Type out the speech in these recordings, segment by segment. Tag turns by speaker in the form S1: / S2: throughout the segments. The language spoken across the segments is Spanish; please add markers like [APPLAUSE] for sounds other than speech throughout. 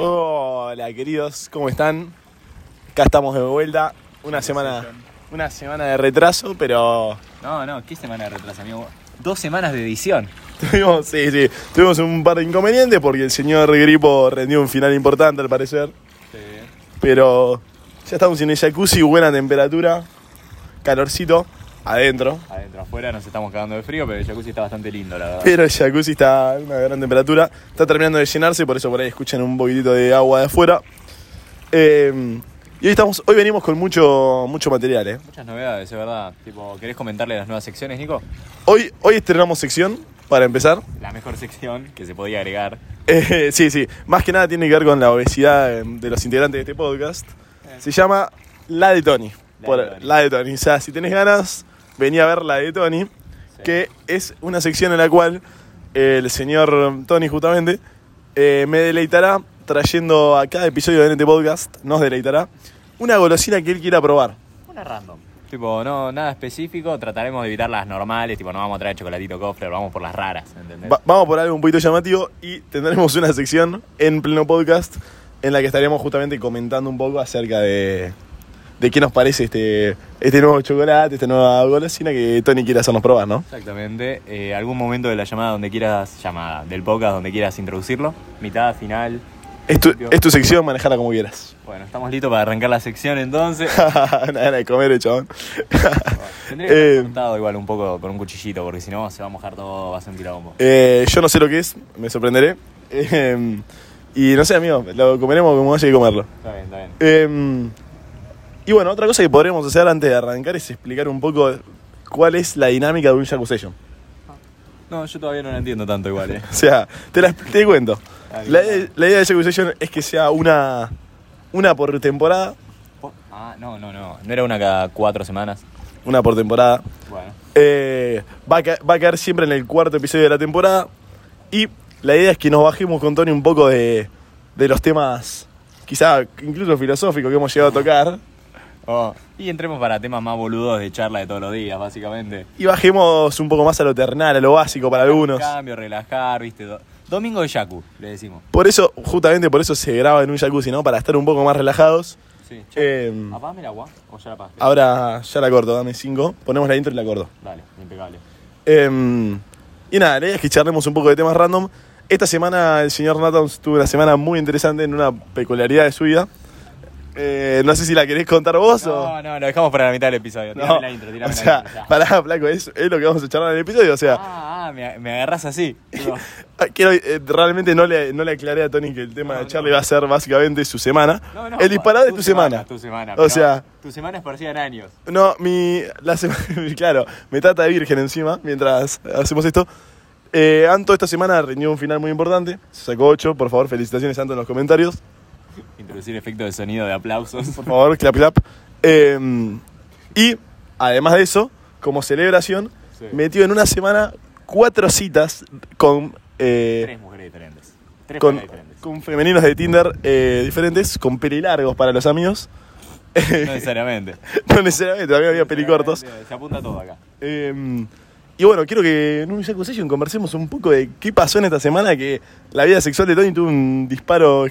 S1: Hola queridos, ¿cómo están? Acá estamos de vuelta. Una semana, una semana de retraso, pero [LAUGHS]
S2: No, no, ¿qué semana de retraso, amigo? Dos semanas de edición.
S1: tuvimos, sí, sí, tuvimos un par de inconvenientes porque el señor Gripo rendió un final importante al parecer. Pero ya estamos en el jacuzzi, buena temperatura, calorcito adentro.
S2: Adentro, afuera nos estamos cagando de frío, pero el jacuzzi está bastante lindo, la verdad.
S1: Pero el jacuzzi está a una gran temperatura. Está terminando de llenarse, por eso por ahí escuchan un poquitito de agua de afuera. Eh, y hoy, estamos, hoy venimos con mucho, mucho material. eh.
S2: Muchas novedades, es verdad. Tipo, ¿querés comentarle las nuevas secciones, Nico?
S1: Hoy, hoy estrenamos sección, para empezar.
S2: La mejor sección que se podía agregar.
S1: Eh, [LAUGHS] sí, sí. Más que nada tiene que ver con la obesidad eh, de los integrantes de este podcast. Se llama La de Tony.
S2: Eh. La
S1: Por-
S2: de Tony.
S1: La de Tony. O sea, si tenés ganas, vení a ver La de Tony, que es una sección en la cual el señor Tony, justamente, eh, me deleitará trayendo a cada episodio de este podcast, nos deleitará, una golosina que él quiera probar.
S2: Una random. Tipo, no, nada específico, trataremos de evitar las normales, tipo, no vamos a traer chocolatito cofre, vamos por las raras, ¿entendés?
S1: Va- vamos por algo un poquito llamativo y tendremos [LAUGHS] una sección en pleno podcast en la que estaremos justamente comentando un poco acerca de, de qué nos parece este, este nuevo chocolate, esta nueva golosina que Tony quiere hacernos probar, ¿no?
S2: Exactamente. Eh, algún momento de la llamada donde quieras, llamada, del podcast donde quieras introducirlo. Mitad, final.
S1: Es tu, es tu sección, manejala como quieras. [LAUGHS]
S2: Bueno, estamos listos para arrancar la sección entonces.
S1: Una gana de comer, eh, chabón.
S2: Tendría que haber
S1: Eh,
S2: cortado igual un poco con un cuchillito, porque si no se va a mojar todo, va a sentir a bombo.
S1: Eh, yo no sé lo que es, me sorprenderé. Eh, y no sé, amigo, lo comeremos como haya que comerlo.
S2: Está bien, está bien.
S1: Eh, y bueno, otra cosa que podríamos hacer antes de arrancar es explicar un poco cuál es la dinámica de un Jacuzzi Session.
S2: No, yo todavía no la entiendo tanto igual, [LAUGHS] eh.
S1: [LAUGHS] O sea, te, la, te cuento.
S2: Dale.
S1: La, la idea de Jacuzzi Session es que sea una, una por temporada,
S2: Po- Ah, no, no, no. No era una cada cuatro semanas.
S1: una por temporada.
S2: Bueno.
S1: Eh, va, a ca- va a caer siempre en el cuarto episodio de la temporada. Y la idea es que nos bajemos con Tony un poco de, de los temas, quizá incluso filosóficos que hemos llegado a tocar.
S2: Oh, Y entremos para temas más boludos de charla de todos los días, básicamente.
S1: Y bajemos un poco más a lo terrenal, a lo básico para algunos.
S2: Cambio, relajar, viste. Do- Domingo de Yaku, le decimos.
S1: Por eso, justamente por eso se graba en un jacuzzi, ¿no? Para estar un poco más relajados.
S2: Sí, che.
S1: Eh,
S2: Apagame el agua, o ya la apagaste.
S1: ahora ya la corto, dame 5. Ponemos la intro y la corto.
S2: Dale, impecable.
S1: Eh, y nada, la idea es que charlemos un poco de temas random. Esta semana el señor Natams tuvo una semana muy interesante en una peculiaridad de su vida. Eh, no sé si la querés contar vos o...
S2: No, no, lo dejamos para la mitad del episodio. Tirame
S1: No.
S2: la intro, tirame
S1: o
S2: la
S1: sea,
S2: intro, ya.
S1: pará, flaco, es, es lo que vamos a charlar en el episodio. O sea,
S2: Ah, ah, me, me
S1: [LAUGHS]
S2: agarrás así. No.
S1: quiero, eh, realmente no le, no le aclaré a Tony que el tema
S2: No,
S1: de
S2: no.
S1: Charlie va a ser básicamente su semana.
S2: No, no,
S1: el disparado de tu semana.
S2: Tu semana.
S1: O
S2: pero
S1: sea-
S2: Tu semana es parecida en años.
S1: No, mi. La semana. [LAUGHS] Claro, me trata de virgen encima mientras hacemos esto. Eh, Anto esta semana rindió un final muy importante. Se sacó 8. Por favor, felicitaciones, Anto, en los comentarios.
S2: Introducir efecto de sonido de aplausos.
S1: Por favor, clap, clap. Eh, y además de eso, como celebración,
S2: Sí.
S1: metió en una semana cuatro citas con. eh,
S2: Tres mujeres diferentes. Tres
S1: con,
S2: mujeres
S1: [LAUGHS]
S2: diferentes.
S1: con femeninos de Tinder eh, diferentes, con pelilargos para los amigos. [LAUGHS]
S2: No necesariamente.
S1: No necesariamente, también [LAUGHS] había pelicortos.
S2: Se apunta todo acá.
S1: Eh, y bueno, quiero que en un Jaco Session conversemos un poco de qué pasó en esta semana que la vida sexual de Tony tuvo un disparo. eh,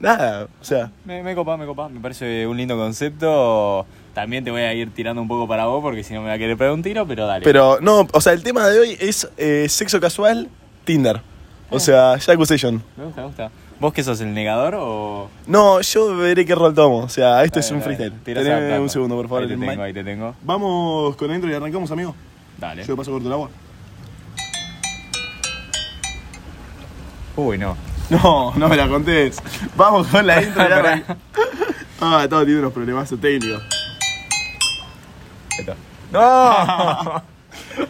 S1: Nada, o sea,
S2: Me, me copa, me copa. Me parece un lindo concepto. También te voy a ir tirando un poco para vos porque si no me va a querer pegar un tiro, pero dale.
S1: pero no, o sea, el tema de hoy es eh, sexo casual, Tinder.
S2: Ah.
S1: O sea, Jaco Session.
S2: Me gusta, me gusta. ¿Vos que sos el negador o.?
S1: No, yo veré qué rol tomo. O sea, esto es
S2: Dale,
S1: un
S2: dale,
S1: freestyle.
S2: tirás a la
S1: Teneme
S2: plata.
S1: un segundo, por favor.
S2: Ahí te
S1: el
S2: tengo,
S1: mic.
S2: ahí te tengo.
S1: Vamos con la intro y arrancamos, amigo.
S2: Dale.
S1: Yo paso corto el agua.
S2: Uy, no.
S1: No, no me la contés. Vamos con
S2: [LAUGHS]
S1: la intro. y
S2: Pará.
S1: arran- ah, todo tiene unos problemas técnicos.
S2: [LAUGHS] ¡No!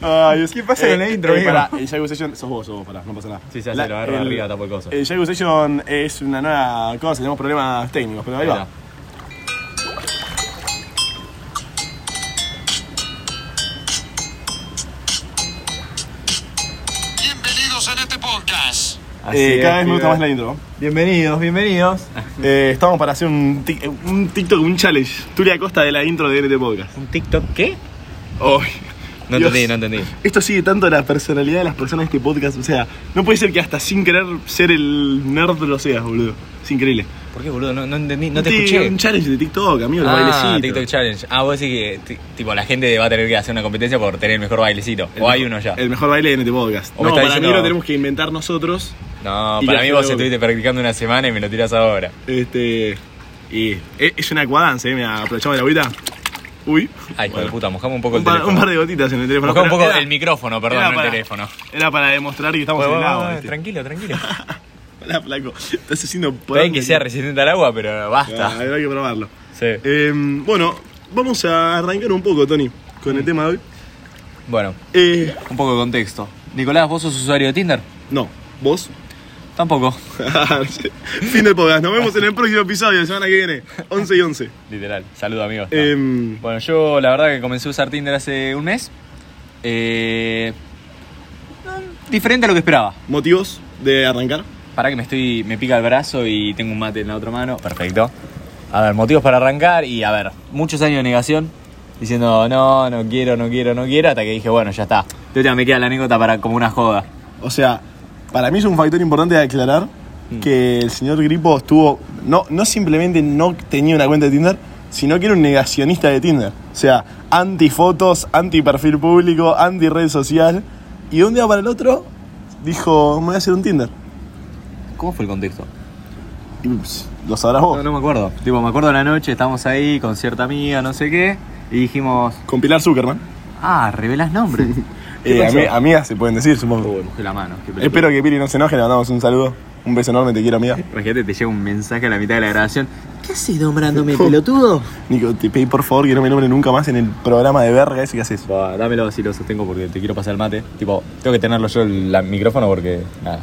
S1: Ay, Dios.
S2: ¿Qué pasa con la intro, amigo?
S1: Eh, pará, el Jago Session, sos vos, sos vos, pará, no pasa nada.
S2: Sí, se hace,
S1: La-
S2: lo agarro
S1: el-
S2: arriba, tapo el coso.
S1: El Jago Session es una nueva cosa, tenemos problemas técnicos, pero ahí va.
S2: Espera.
S3: Bienvenidos en este podcast.
S2: Así
S1: Eh,
S2: es,
S1: cada vez me gusta
S2: pibe.
S1: más la intro.
S2: Bienvenidos, bienvenidos.
S1: Eh, estamos para hacer un, tic- un TikTok, un challenge. Tulia Costa de la intro de NT Podcast.
S2: ¿Un TikTok qué?
S1: Hoy.
S2: No
S1: Dios.
S2: entendí, no entendí.
S1: Esto sigue tanto la personalidad de las personas de este podcast. O sea, no puede ser que hasta sin querer ser el nerd lo seas, boludo. Es increíble.
S2: ¿Por qué, boludo? No, no entendí, no te
S1: Un ti-
S2: escuché.
S1: Un challenge de TikTok, amigo, los
S2: Ah,
S1: bailecitos.
S2: TikTok Challenge. Ah, vos decís que ti- tipo, la gente va a tener que hacer una competencia por tener el mejor bailecito. o hay uno ya.
S1: El mejor baile en este podcast.
S2: O me
S1: No,
S2: está
S1: para mí
S2: diciendo-
S1: lo tenemos que inventar nosotros.
S2: No,
S1: Y la
S2: para mí vos
S1: gente-
S2: estuviste practicando una semana y me lo tirás ahora.
S1: Este. Y e- es una cuadance, ¿eh? Mira, aprovechamos la agüita. Uy.
S2: Ay, Ah, hijo de
S1: Bueno,
S2: puta, mojame un poco
S1: un
S2: el
S1: par,
S2: teléfono.
S1: un par de gotitas en el teléfono.
S2: Mojá un
S1: Pero
S2: poco
S1: era-
S2: el micrófono, perdón,
S1: era
S2: no el
S1: para-
S2: teléfono. Pues
S1: Era para demostrar que estamos en el agua. ¿viste? [LAUGHS]
S2: tranquilo, tranquilo.
S1: Hola, flaco. Estás haciendo
S2: Está bien
S1: podón
S2: que
S1: de-
S2: sea resistente al agua, pero
S1: Ah,
S2: basta.
S1: Hay que probarlo.
S2: Sí.
S1: Eh, bueno, vamos a arrancar un poco, Tony, con
S2: Mm.
S1: el tema de hoy.
S2: Bueno,
S1: Eh,
S2: un poco de contexto. Nicolás, ¿vos sos usuario de Tinder?
S1: no, vos. [LAUGHS]
S2: Tampoco.
S1: fin del podcast. Nos vemos en el próximo episodio, la semana que viene. 11 y 11.
S2: Literal. Saludo, amigos.
S1: Em,
S2: Bueno, yo la verdad que comencé a usar Tinder hace un mes. Eh, mm, diferente a lo que esperaba.
S1: ¿Motivos de arrancar?
S2: Pará que me estoy. me pica el brazo y tengo un mate en la otra mano. Perfecto. A ver, motivos para arrancar y a ver, muchos años de negación. Diciendo no, no quiero, no quiero, no quiero, hasta que dije, bueno, ya está. De última me queda la anécdota para como una joda.
S1: O sea, para mí es un factor importante de aclarar
S2: Mm.
S1: que el señor Gripo estuvo. No, no simplemente no tenía una cuenta de Tinder, sino que era un negacionista de Tinder. O sea, anti fotos, anti perfil público, anti red social. Y de un día para el otro dijo: Me voy a hacer un Tinder.
S2: ¿Cómo fue el contexto?
S1: Y ups, lo sabrás vos.
S2: No, no me acuerdo. Tipo, me acuerdo de la noche, estábamos ahí con cierta amiga, no sé qué, y dijimos,
S1: Con Pilar Zuckerman.
S2: ah, revelás nombres. [LAUGHS] ¿Qué
S1: Eh,
S2: pasó?
S1: ami- amigas se pueden decir, supongo.
S2: Uy, mojé la mano. qué pelotudo.
S1: Espero que Piri no se enoje, le mandamos un saludo. Un beso enorme, te quiero,
S2: [LAUGHS]
S1: amiga.
S2: Imagínate, te llega un mensaje a la mitad de la grabación. ¿Qué haces [LAUGHS] nombrándome, pelotudo?
S1: Nico, te pedí por favor que no me nombre nunca más en el programa de verga ese que haces.
S2: Bah, dámelo así, lo sostengo porque te quiero pasar el mate. Tipo, tengo que tenerlo yo el la- micrófono porque. Nada.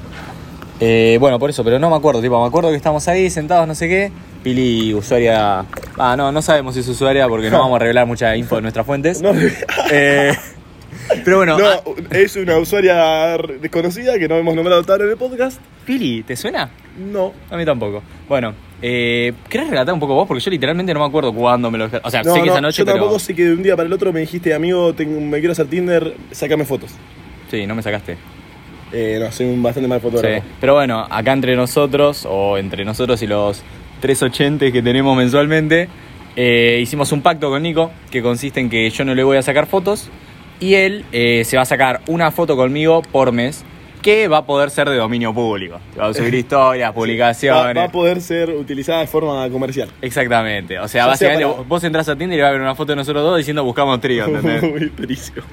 S2: Eh, bueno, por eso, pero no me acuerdo, tipo, me acuerdo que estamos ahí sentados, no sé qué. Pili, usuaria. Ah, no, no sabemos si es usuaria porque [LAUGHS] no vamos a revelar mucha info de nuestras [LAUGHS] fuentes.
S1: No.
S2: Eh, pero bueno,
S1: No,
S2: ah,
S1: es una usuaria r- desconocida que no hemos nombrado tal en el podcast.
S2: Pili, ¿te suena?
S1: No.
S2: A mí tampoco. Bueno, eh, ¿querés relatar un poco vos? Porque yo literalmente no me acuerdo cuándo me lo O sea,
S1: No,
S2: Ah, sé que
S1: no,
S2: esa noche,
S1: yo
S2: pero.
S1: tampoco sé que de un día para el otro me dijiste, amigo, tengo- me quiero hacer Tinder, sácame fotos.
S2: Sí, no me sacaste.
S1: Eh, no, soy un bastante mal fotógrafo.
S2: Sí. Pero bueno, acá entre nosotros, o entre nosotros y los 380 que tenemos mensualmente, eh, hicimos un pacto con Nico que consiste en que yo no le voy a sacar fotos y él eh, se va a sacar una foto conmigo por mes que va a poder ser de dominio público. Va
S1: [LAUGHS]
S2: a subir historias,
S1: Va,
S2: publicaciones.
S1: va a poder ser utilizada de forma comercial.
S2: Exactamente.
S1: O
S2: O sea,
S1: sea,
S2: básicamente
S1: para-
S2: vos entras a Tinder y va a haber una foto de nosotros dos diciendo buscamos
S1: [LAUGHS]
S2: trío, ¿entendés?
S1: Muy
S2: [LAUGHS]
S1: perísimo.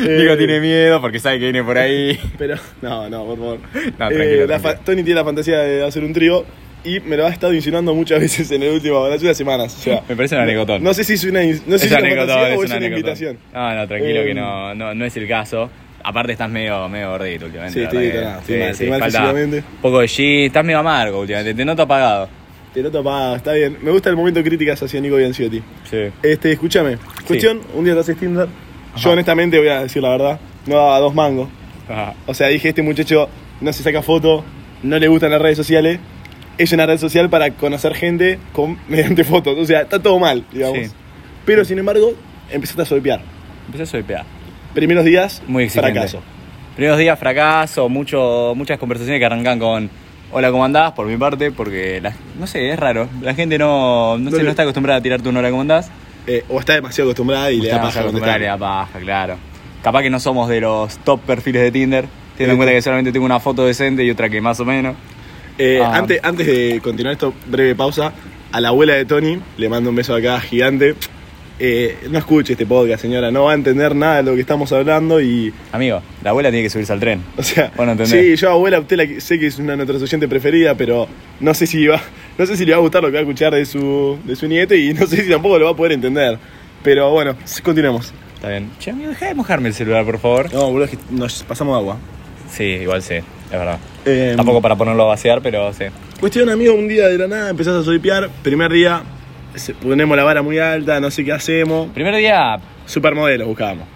S2: Nico
S1: Eh,
S2: tiene miedo porque sabe que viene por ahí.
S1: Pero, no, no, por favor. Eh,
S2: tranquilo,
S1: la fa-
S2: tranquilo.
S1: Tony tiene la fantasía de hacer un trío y me lo ha estado insinuando muchas [LAUGHS] veces en el último, en las últimas semanas. O sea,
S2: [LAUGHS] Me parece un anecdotón.
S1: No sé si es una, in- no sé si es una
S2: anécdota,
S1: fantasía o
S2: es
S1: es
S2: una
S1: una
S2: anécdota. Ah,
S1: invitación.
S2: No, no, tranquilo
S1: Eh,
S2: que no, no, no es el caso. Aparte estás medio, medio gordito últimamente.
S1: Sí,
S2: la
S1: estoy
S2: verdad
S1: gordito,
S2: que-
S1: no, estoy mal, estoy mal
S2: falta
S1: físicamente.
S2: Un poco de G, estás medio amargo últimamente, te noto apagado.
S1: Te noto apagado, está bien. Me gusta el momento críticas hacia Nico Bianciotti.
S2: Sí.
S1: Este, escúchame. Cuestión, un día te haces Tinder. Yo honestamente voy a decir la verdad, no daba dos mangos.
S2: Ah,
S1: O sea, dije, este muchacho no se saca foto, no le gustan las redes sociales. Es una red social para conocer gente con, [LAUGHS] mediante fotos. O sea, está todo mal, digamos.
S2: Sí.
S1: Pero, sin embargo, empezaste a solpear.
S2: Empecé a sopear.
S1: Primeros días,
S2: Muy exigente.
S1: fracaso.
S2: Primeros días fracaso, mucho, muchas conversaciones que arrancan con hola, ¿cómo andás? Por mi parte, porque la- no sé, es raro. La gente no, no,
S1: No
S2: sé,
S1: le-
S2: no está acostumbrada a tirarte un hola, ¿cómo andás?
S1: Eh, o está demasiado acostumbrada y le da
S2: Estamos
S1: paja
S2: acostumbrados, le
S1: contestar.
S2: da paja, claro. Capaz que no somos de los top perfiles de Tinder, teniendo en cuenta que solamente tengo una foto decente y otra que más o menos.
S1: Eh,
S2: Ah.
S1: antes, antes de continuar esto, breve pausa. A la abuela de Tony, le mando un beso acá gigante. Eh, no escuche este podcast, señora. No va a entender nada de lo que estamos hablando y.
S2: Amigo, la abuela tiene que subirse al tren.
S1: O sea,
S2: Vos no entendés.
S1: sí, yo abuela, usted la, que- sé que es una de nuestras oyentes preferidas, pero no sé si va, no sé si le va a gustar lo que va a escuchar de su, de su nieto y no sé si tampoco lo va a poder entender. Pero bueno, s- continuemos.
S2: Está bien. Che, amigo, deja de mojarme el celular, por favor.
S1: No, boludo, es que nos pasamos agua.
S2: Sí, igual sí, es verdad.
S1: Eh,
S2: Tampoco para ponerlo a vaciar, pero sí.
S1: Cuestión, amigo, un día de la nada empezás a soipear. Primer día, se- ponemos la vara muy alta, no sé qué hacemos.
S2: Primer día
S1: Supermodelos buscábamos.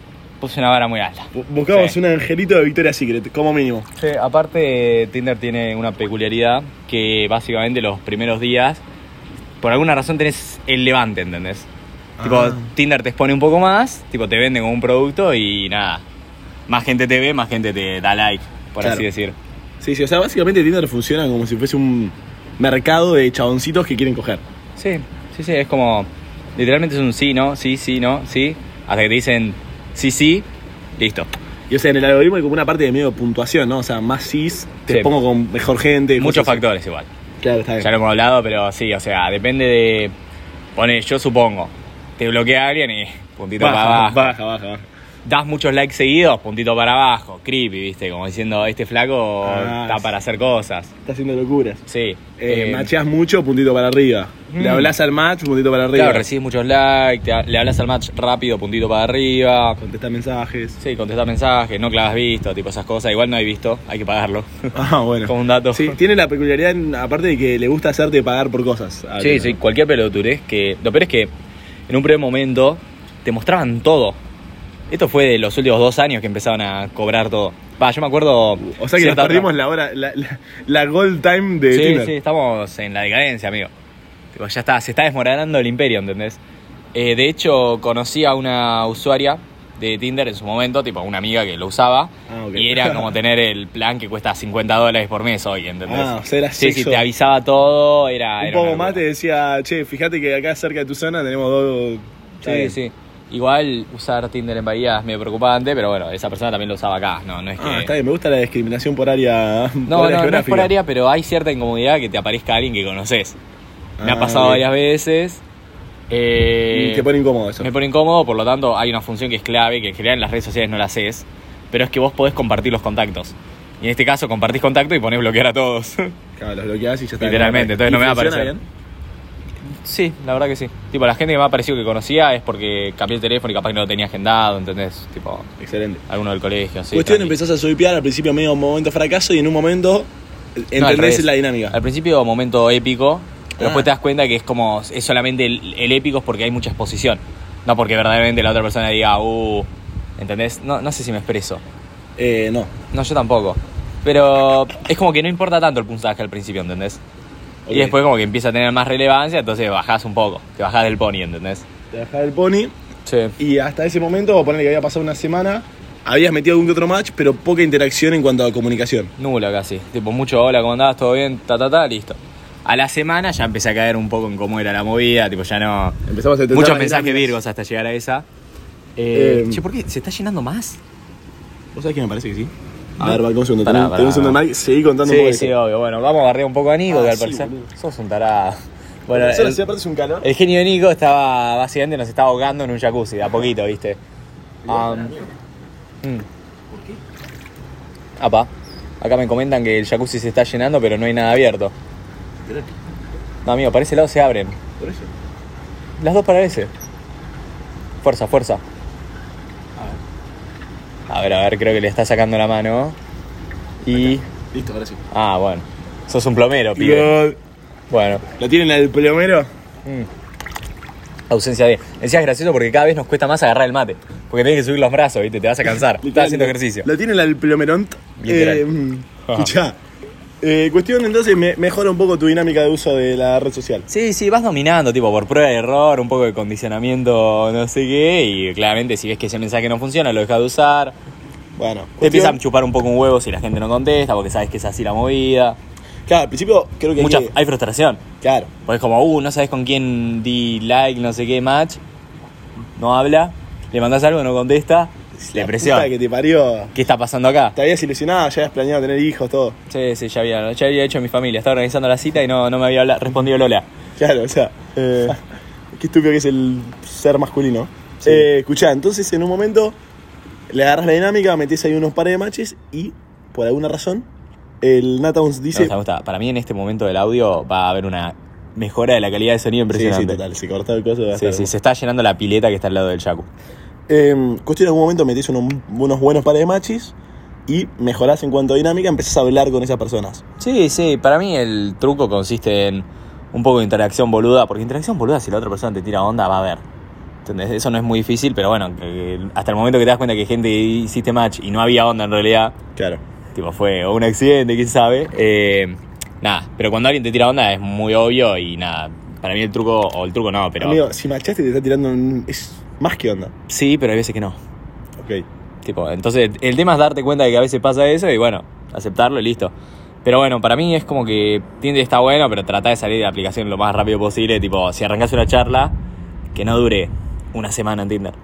S2: puse una vara muy alta.
S1: Bu- Buscábamos
S2: Sí.
S1: un angelito de Victoria's Secret, como mínimo.
S2: Sí, aparte Tinder tiene una peculiaridad que básicamente los primeros días, por alguna razón tenés el levante, ¿entendés? Tipo,
S1: Ah.
S2: Tinder te expone un poco más, tipo, te vende como un producto y nada. Más gente te ve, más gente te da like, por
S1: Claro.
S2: así decir.
S1: Sí, sí, o sea, básicamente Tinder funciona como si fuese un mercado de chaboncitos que quieren coger.
S2: Sí, sí, sí, es como. Literalmente es un sí, no, sí, sí, no, sí. Hasta que te dicen sí, sí, listo.
S1: Y o sea, en el algoritmo hay como una parte de medio puntuación, ¿no? O sea, más cis, te
S2: Sí.
S1: pongo con mejor gente.
S2: Muchos
S1: cosas así.
S2: factores igual.
S1: Claro, está bien.
S2: Ya lo hemos hablado, pero sí, o sea, depende de. Pone, yo supongo. Te bloquea alguien y puntito para
S1: baja,
S2: abajo.
S1: baja, baja, baja.
S2: Das muchos likes seguidos, puntito para abajo. Creepy, viste, como diciendo, este flaco
S1: Ah,
S2: está
S1: sí.
S2: para hacer cosas.
S1: Está haciendo locuras.
S2: Sí.
S1: Eh, Mm.
S2: Eh,
S1: macheas mucho, puntito para arriba. Le hablas al match, puntito para arriba.
S2: Claro, recibes muchos likes, te- le hablas al match rápido, puntito para arriba.
S1: Contesta mensajes.
S2: Sí, contestar mensajes, no clavas visto, tipo esas cosas. Igual no hay visto, hay que pagarlo.
S1: [LAUGHS] Ah, bueno.
S2: Como un dato.
S1: [LAUGHS] Sí, tiene la peculiaridad, en- aparte de que le gusta hacerte pagar por cosas. a
S2: Sí,
S1: alguien,
S2: sí,
S1: ¿no?
S2: cualquier pelotudez que... Lo peor es que en un primer momento te mostraban todo. Esto fue de los últimos dos años que empezaban a cobrar todo. Va, yo me acuerdo...
S1: O sea que nos
S2: cierta
S1: perdimos la hora, la, la, la gold time de
S2: Sí,
S1: Tinder.
S2: sí, estamos en la decadencia, amigo. Tipo, ya está, se está desmoronando el imperio, ¿entendés? Eh, de hecho, conocí a una usuaria de Tinder en su momento, tipo una amiga que lo usaba.
S1: Ah, ok.
S2: Y era como tener el plan que cuesta 50 dólares por mes hoy, ¿entendés?
S1: Ah, o sea, era
S2: sí, sí,
S1: sexo.
S2: te avisaba todo, era...
S1: Un
S2: era una
S1: poco más te
S2: locura.
S1: decía, che, fíjate que acá cerca de tu zona tenemos dos. está
S2: Sí,
S1: bien".
S2: sí. Igual usar Tinder en Bahía es medio preocupante, pero bueno, esa persona también lo usaba acá, no, no es que...
S1: Ah, está bien, me gusta la discriminación por área. por área
S2: No, no, no es
S1: geográfica.
S2: por área, pero hay cierta incomodidad que te aparezca alguien que conoces. Me
S1: Ah,
S2: ha pasado
S1: ok.
S2: varias veces. eh,
S1: Y te pone incómodo eso.
S2: me pone incómodo, por lo tanto hay una función que es clave, que en general en las redes sociales no la haces, pero es que vos podés compartir los contactos. Y en este caso compartís contacto y ponés bloquear a todos. [LAUGHS]
S1: Claro, los bloqueás y ya está.
S2: Literalmente, entonces no
S1: ¿Y
S2: me va a
S1: funciona
S2: aparecer. sí, la verdad que sí. Tipo, la gente que me ha parecido que conocía es porque cambié el teléfono y capaz que no lo tenía agendado, ¿entendés? Tipo,
S1: bien? Excelente.
S2: alguno del colegio, sí.
S1: Cuestión,
S2: tranqui.
S1: empezás a subipear al principio medio momento fracaso y en un momento eh,
S2: No, al
S1: entendés
S2: revés.
S1: la dinámica.
S2: Al principio, momento épico,
S1: Ah.
S2: pero después te das cuenta que es como, es solamente el, el épico es porque hay mucha exposición. No porque verdaderamente la otra persona diga, uh, ¿entendés? No, no sé si me expreso.
S1: Eh, no.
S2: No, yo tampoco. Pero es como que no importa tanto el puntaje al principio, ¿entendés?
S1: Ok.
S2: Y después como que empieza a tener más relevancia, entonces bajás un poco, te bajás del pony, ¿entendés?
S1: Te bajás del pony
S2: Sí.
S1: y hasta ese momento, ponerle que había pasado una semana, habías metido algún que otro match, pero poca interacción en cuanto a comunicación.
S2: Nula casi. Tipo, mucho hola, ¿cómo andás? ¿Todo bien? Ta, ta, ta, listo. A la semana ya empecé a caer un poco en cómo era la movida, tipo, ya no...
S1: Empezamos a intentar
S2: Muchos
S1: las
S2: mensajes
S1: dinámicas.
S2: virgos hasta llegar a esa. Eh,
S1: Em.
S2: che, ¿por qué? ¿Se está llenando más?
S1: ¿Vos sabés que me parece que sí? A
S2: No.
S1: ver, va, un segundo.
S2: Pará,
S1: Tenés
S2: pará.
S1: tenés un segundo, Mike. Seguí contando un
S2: Sí,
S1: poco.
S2: sí, obvio. Bueno, vamos a barrer un poco a Nico,
S1: Ah,
S2: que al
S1: sí,
S2: parecer...
S1: boludo.
S2: Sos un tarado.
S1: Bueno,
S2: Bueno, el-
S1: aparte es un calor.
S2: El genio de Nico estaba, básicamente nos estaba ahogando en un jacuzzi, de a poquito, ¿viste? Am, mm. Apa, acá me comentan que el jacuzzi se está llenando, pero no hay nada abierto. No, amigo, para ese lado se abren.
S1: Por eso.
S2: Las dos para ese. Fuerza, fuerza. A ver, a ver, creo que le está sacando la mano. Y...
S1: Listo, ahora sí.
S2: Ah, bueno. Sos un plomero, pibe. Bueno.
S1: ¿La tienen al plomero?
S2: Mm. Ausencia de. Decías gracioso porque cada vez nos cuesta más agarrar el mate. Porque tenés que subir los brazos, ¿viste? Te vas a cansar. Estás haciendo ejercicio.
S1: ¿La tienen al plomeront? Eh, mm,
S2: Literal. [LAUGHS]
S1: escuchá. Eh, cuestión, entonces, me- mejora un poco tu dinámica de uso de la red social.
S2: Sí, sí, vas dominando, tipo, por prueba y error, un poco de condicionamiento, no sé qué. Y claramente, si ves que ese mensaje no funciona, lo dejas de usar.
S1: Bueno,
S2: Te empiezan a
S1: cuestión-
S2: chupar un poco un huevo si la gente no contesta, porque sabes que es así la movida.
S1: Claro, al principio creo que. hay
S2: Mucha,
S1: que-
S2: hay frustración.
S1: Claro.
S2: Porque es como, uh, no sabes con quién di like, no sé qué, match. No habla. Le mandás algo, no contesta.
S1: La
S2: Le
S1: puta
S2: presiona.
S1: que te parió.
S2: ¿Qué está pasando acá?
S1: Te habías ilusionado, ya habías planeado tener hijos, todo.
S2: Sí, sí, ya había, ya había hecho mi familia. Estaba organizando la cita y no, no me había habla- respondido Lola.
S1: Claro, o sea.
S2: [LAUGHS]
S1: eh, qué estúpido que es el ser masculino.
S2: Sí.
S1: Eh, escuchá, entonces en un momento le agarras la dinámica, metes ahí unos pares de matches y por alguna razón el Natauns
S2: No,
S1: dice.
S2: está, está. Para mí en este momento del audio va a haber una mejora de la calidad de sonido
S1: sí, sí,
S2: impresionante.
S1: total, se cortó el coso. va a
S2: Sí,
S1: estar
S2: sí,
S1: hermoso.
S2: se está llenando la pileta que está al lado del Yaku.
S1: Eh, cuestión, en algún momento metés unos, unos buenos pares de matches y mejorás en cuanto a dinámica, empezás a hablar con esas personas.
S2: Sí, sí, para mí el truco consiste en un poco de interacción boluda, porque interacción boluda si la otra persona te tira onda va a ver. ¿Entendés? Eso no es muy difícil, pero bueno, que- hasta el momento que te das cuenta que gente hiciste match y no había onda en realidad,
S1: Claro.
S2: Tipo, fue o un accidente, quién sabe. Eh, nada, pero cuando alguien te tira onda es muy obvio y nada, Para mí el truco, o el truco no, pero.
S1: Amigo, si machaste te está tirando un... Es más que onda.
S2: Sí, pero hay veces que no.
S1: Ok.
S2: Tipo, entonces, el tema es darte cuenta de que a veces pasa eso y bueno, aceptarlo y listo. Pero bueno, para mí es como que Tinder está bueno, pero trata de salir de la aplicación lo más rápido posible. Tipo, si arrancas una charla, que no dure una semana en Tinder.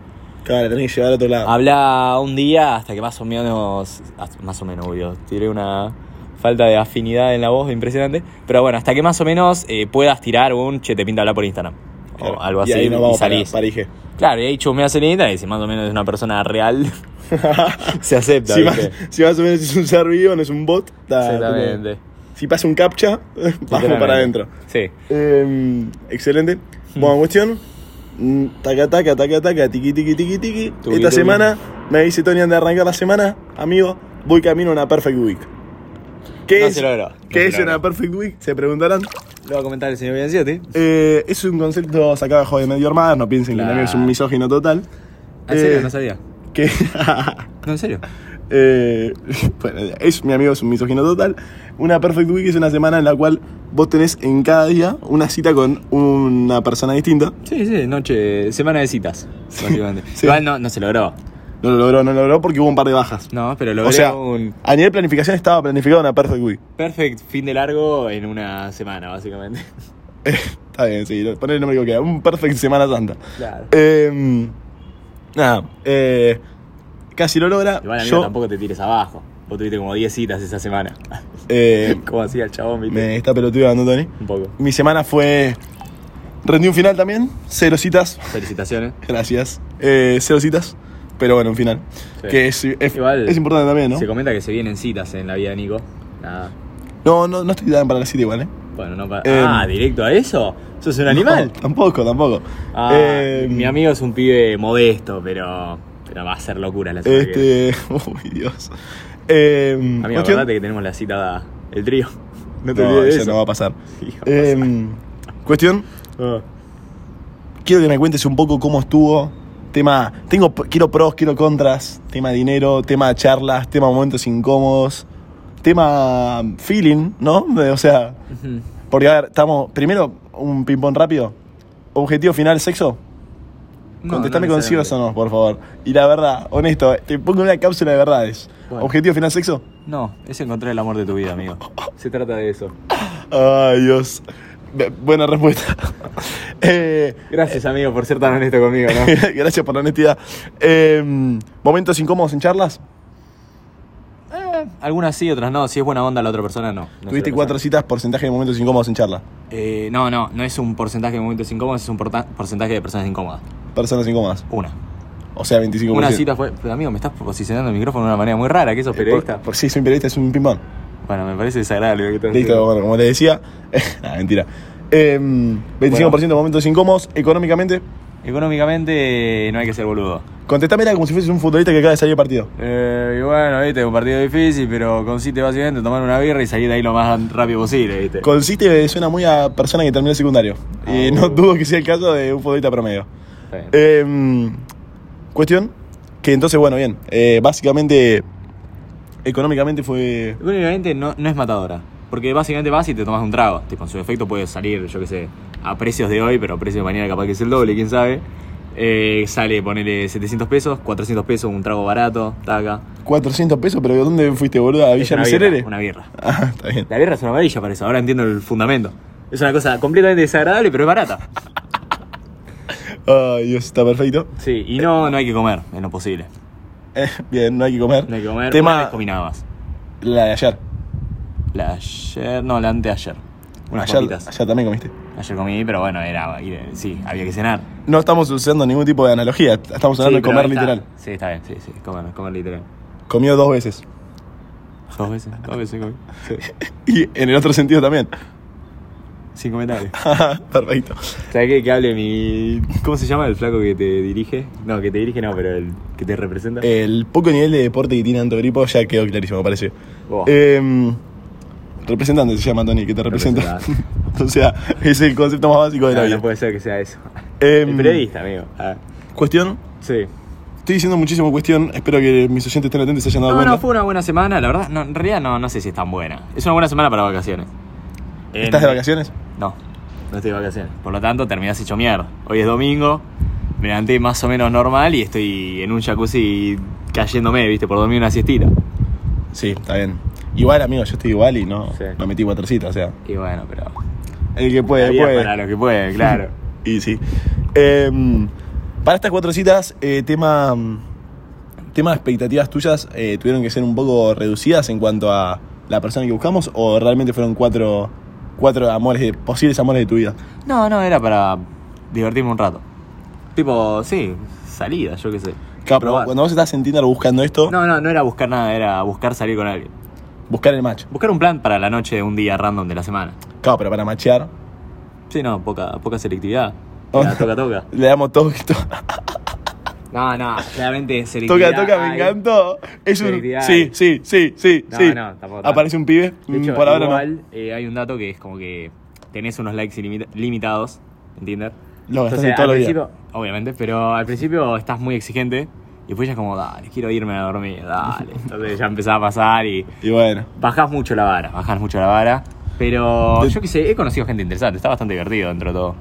S1: Claro, la tenés que llevar al otro lado.
S2: Ah, Habla un día hasta que más o menos. hasta- Más o menos, obvio. Tiré una falta de afinidad en la voz impresionante. Pero bueno, hasta que más o menos eh, puedas tirar un che, te pinta hablar por Instagram.
S1: Claro.
S2: O algo así.
S1: Y ahí nos vamos para,
S2: salís.
S1: para
S2: [LAUGHS]
S1: IG.
S2: Claro, y ahí chusmeas en Instagram y si más o menos es una persona real, [LAUGHS] se
S1: [LAUGHS]
S2: acepta.
S1: si, más,
S2: ¿viste?
S1: si más o menos es un ser vivo, no es un bot.
S2: Ah,
S1: está-
S2: Exactamente.
S1: Si pasa un captcha, [LAUGHS] vamos
S2: Literalmente.
S1: para adentro.
S2: Sí.
S1: Eh, excelente.
S2: Hmm.
S1: Buena cuestión. Mm, Taca, taca, taca, taca, tiqui, tiqui, tiqui, tiqui.
S2: Tuqui,
S1: Esta
S2: tuqui.
S1: semana me dice Tony antes de arrancar la semana, amigo, voy camino a una Perfect Week. ¿Qué
S2: No
S1: es,
S2: se logró, no
S1: ¿qué
S2: se
S1: es
S2: logró.
S1: una Perfect Week? Se preguntarán.
S2: Lo va a comentar el señor Bianciotti.
S1: Eh, es un concepto sacado de Joder Medio Armada, no piensen
S2: Claro.
S1: que también es un misógino total.
S2: Ah, ¿En serio?
S1: Eh,
S2: No sabía.
S1: que [LAUGHS]
S2: No, en serio.
S1: Eh, [LAUGHS] bueno, es mi amigo, es un misógino total. Una Perfect Week es una semana en la cual vos tenés en cada día una cita con una persona distinta.
S2: Sí, sí, noche, semana de citas. [LAUGHS] básicamente.
S1: sí.
S2: Igual no, no se logró.
S1: No lo logró, no lo logró porque hubo un par de bajas.
S2: No, pero logré
S1: o sea,
S2: un
S1: a nivel planificación estaba planificada una Perfect Week.
S2: perfect fin de largo en una semana, básicamente.
S1: Está bien, sí, poner el nombre que queda. Un Perfect Semana Santa.
S2: [LAUGHS] Claro.
S1: Eh, nada, eh, casi lo logra.
S2: Igual, amigo,
S1: Yo
S2: tampoco te tires abajo. Vos tuviste como 10 citas esa semana. [LAUGHS]
S1: eh,
S2: como hacía el chabón, viste.
S1: me está pelotudeando, Tony.
S2: Un poco.
S1: Mi semana fue. Rendí un final también, cero citas.
S2: Felicitaciones.
S1: Gracias. Eh, cero citas, pero bueno, un final.
S2: Sí.
S1: Que es, es-
S2: Igual-
S1: es importante también, ¿no?
S2: Se comenta que se vienen citas en la vida de Nico. Nada.
S1: No, no, no estoy tan para la cita igual, ¿eh?
S2: Bueno, no para.
S1: Em.
S2: ah, directo a eso. ¿Sos un animal?
S1: No, tampoco, tampoco.
S2: Ah,
S1: Eh,
S2: mi amigo es un pibe modesto, pero. Pero va a ser locura la semana que viene.
S1: Este. [LAUGHS] Uy, Dios. Eh,
S2: Amigo,
S1: cuestión-
S2: acordate que tenemos la cita del trío. [LAUGHS] No te
S1: No,
S2: olvides de
S1: eso
S2: eso.
S1: no va a pasar.
S2: Sí, va a
S1: Eh, ah. cuestión, quiero que me cuentes un poco cómo estuvo. Tema, tengo, quiero pros, quiero contras. Tema dinero, tema charlas, tema momentos incómodos. Tema feeling, ¿no? De- O sea,
S2: Ujú.
S1: Porque, a ver, estamos. Primero, un ping-pong rápido. Objetivo final, sexo.
S2: No,
S1: Contestame
S2: no
S1: con sí o no, por favor. Y la verdad, honesto, eh, te pongo una cápsula de verdades.
S2: Bueno.
S1: Objetivo final, sexo.
S2: No, es encontrar el amor de tu vida, amigo. Se trata de eso.
S1: Ay, Dios. Be- Buena respuesta. [LAUGHS] Eh, [LAUGHS]
S2: Gracias, amigo, por ser tan honesto conmigo, ¿no?
S1: gracias por la honestidad. Eh, ¿Momentos incómodos en charlas?
S2: Eh, [LAUGHS] algunas sí, otras no. Si es buena onda, la otra persona no. No
S1: Tuviste
S2: sé la
S1: cuatro
S2: persona.
S1: citas, porcentaje de momentos incómodos en charla.
S2: Eh, no, no, no es un porcentaje de momentos incómodos, es un porta- porcentaje de personas incómodas.
S1: Personas incómodas.
S2: Una.
S1: O sea, 25%.
S2: Una cita fue. Pero, amigo, me estás posicionando el micrófono de una manera muy rara, que sos periodista.
S1: Eh, Por, por sí, soy un periodista, es un ping-pong.
S2: Bueno, me parece desagradable lo que estás
S1: Listo,
S2: haciendo.
S1: bueno, como les decía. [LAUGHS] nah, mentira. Eh, 25% de momentos incómodos. Económicamente,
S2: Económicamente no hay que ser boludo.
S1: contestamela como si fueses un futbolista que acaba de salir de partido.
S2: Eh, y bueno, viste, un partido difícil, pero consiste básicamente en tomar una birra y salir de ahí lo más rápido posible, viste.
S1: Consiste eh, suena muy a persona que terminó el secundario. Y
S2: Ah,
S1: no
S2: uh.
S1: dudo que sea el caso de un futbolista promedio.
S2: Está bien.
S1: Eh, cuestión, que entonces, bueno, bien. eh, básicamente, económicamente fue.
S2: Económicamente no, no es matadora. Porque básicamente vas y te tomas un trago. Tipo, en su efecto puede salir, yo qué sé, a precios de hoy, pero a precios de mañana capaz que es el doble, quién sabe. Eh, sale, ponele 700 pesos, 400 pesos, un trago barato, taca.
S1: 400 pesos, pero ¿dónde fuiste, boludo? ¿A
S2: Es
S1: Villa
S2: una
S1: Miserere?
S2: birra, una birra.
S1: [LAUGHS] Ah, está bien.
S2: La birra es una maravilla para eso, ahora entiendo el fundamento. Es una cosa completamente desagradable, pero es barata.
S1: Ay, Dios, está perfecto. [LAUGHS]
S2: Sí, y no, no hay que comer, en lo posible.
S1: Eh, bien, no hay que comer.
S2: No hay que comer, una vez
S1: Tema,
S2: comí nada más.
S1: la de ayer.
S2: La de ayer, no, la anteayer. Unas
S1: ayer,
S2: papitas.
S1: ayer también comiste.
S2: Ayer comí, pero bueno, era, sí, había que cenar.
S1: No estamos usando ningún tipo de analogía, estamos
S2: Sí,
S1: hablando de
S2: pero
S1: comer
S2: está-
S1: literal.
S2: Sí, está bien, sí, sí, comer, comer literal.
S1: Comió dos veces.
S2: Dos veces, dos veces comí. Sí.
S1: [LAUGHS] Y en el otro sentido también.
S2: Sin comentarios.
S1: [LAUGHS]
S2: [LAUGHS]
S1: Perfecto.
S2: ¿Sabes qué? Que hable mi. ¿Cómo se llama el flaco que te dirige? No, que te dirige no, pero el que te representa.
S1: El poco nivel de deporte que tiene Anto Gripo ya quedó clarísimo, me parece.
S2: Vos.
S1: Em, representante se llama Tony, que te representa. [LAUGHS] o sea, es el concepto más básico de la
S2: no, Ah, no
S1: vida.
S2: puede ser que sea eso.
S1: Em,
S2: el periodista, amigo. Ah,
S1: Cuestión.
S2: sí.
S1: Estoy diciendo muchísimo cuestión, espero que mis oyentes estén atentos y se hayan dado
S2: No, no,
S1: cuenta.
S2: fue una buena semana, la verdad. No, en realidad no, no sé si es tan buena. Es una buena semana para vacaciones. En-
S1: ¿Estás de vacaciones?
S2: No. No estoy de vacaciones. Por lo tanto, terminás hecho mierda. Hoy es domingo, me levanté más o menos normal y estoy en un jacuzzi cayéndome, ¿viste? Por dormir una siestita.
S1: Sí, está bien. Igual, amigo, yo estoy igual y no,
S2: Sí.
S1: no metí cuatrocitas, o sea.
S2: Y bueno, pero.
S1: El que
S2: la
S1: puede,
S2: vida es
S1: puede.
S2: Para lo
S1: [LAUGHS]
S2: que puede, claro.
S1: Y sí. Em, para estas cuatro citas, eh, tema, tema de expectativas tuyas eh, tuvieron que ser un poco reducidas en cuanto a la persona que buscamos o realmente fueron cuatro, cuatro amores, de- posibles amores de tu vida.
S2: No, no, era para divertirme un rato. Tipo, sí, salida, yo qué sé.
S1: Claro, pero
S2: Probar.
S1: cuando vos estás en Tinder buscando esto,
S2: No, no, no era buscar nada, era buscar salir con alguien.
S1: buscar el match.
S2: Buscar un plan para la noche de un día random de la semana.
S1: Claro, pero para machear,
S2: Sí, no, poca, poca selectividad.
S1: Oh.
S2: Era toca,
S1: [LAUGHS]
S2: toca.
S1: le damos todo
S2: [LAUGHS]
S1: esto.
S2: No, no, claramente selectividad.
S1: toca, toca, me
S2: hay.
S1: encantó. Es un,
S2: Felicidades.
S1: sí, sí, sí, sí,
S2: No,
S1: sí.
S2: no, tampoco tanto.
S1: Aparece un pibe,
S2: De
S1: mm,
S2: hecho,
S1: por ahora no.
S2: igual eh, hay un dato que es como que tenés unos likes ilimita- limitados en Tinder.
S1: Lo gastaste
S2: Entonces,
S1: todos
S2: al
S1: los días.
S2: principio, obviamente, pero al principio estás muy exigente y después ya es como, dale, quiero irme a dormir,
S1: [LAUGHS]
S2: dale. Entonces ya empezaba a pasar y
S1: Y bueno.
S2: bajás mucho la vara, bajás mucho la vara. Pero
S1: De-
S2: yo qué sé, he conocido gente interesante, está bastante divertido dentro de todo.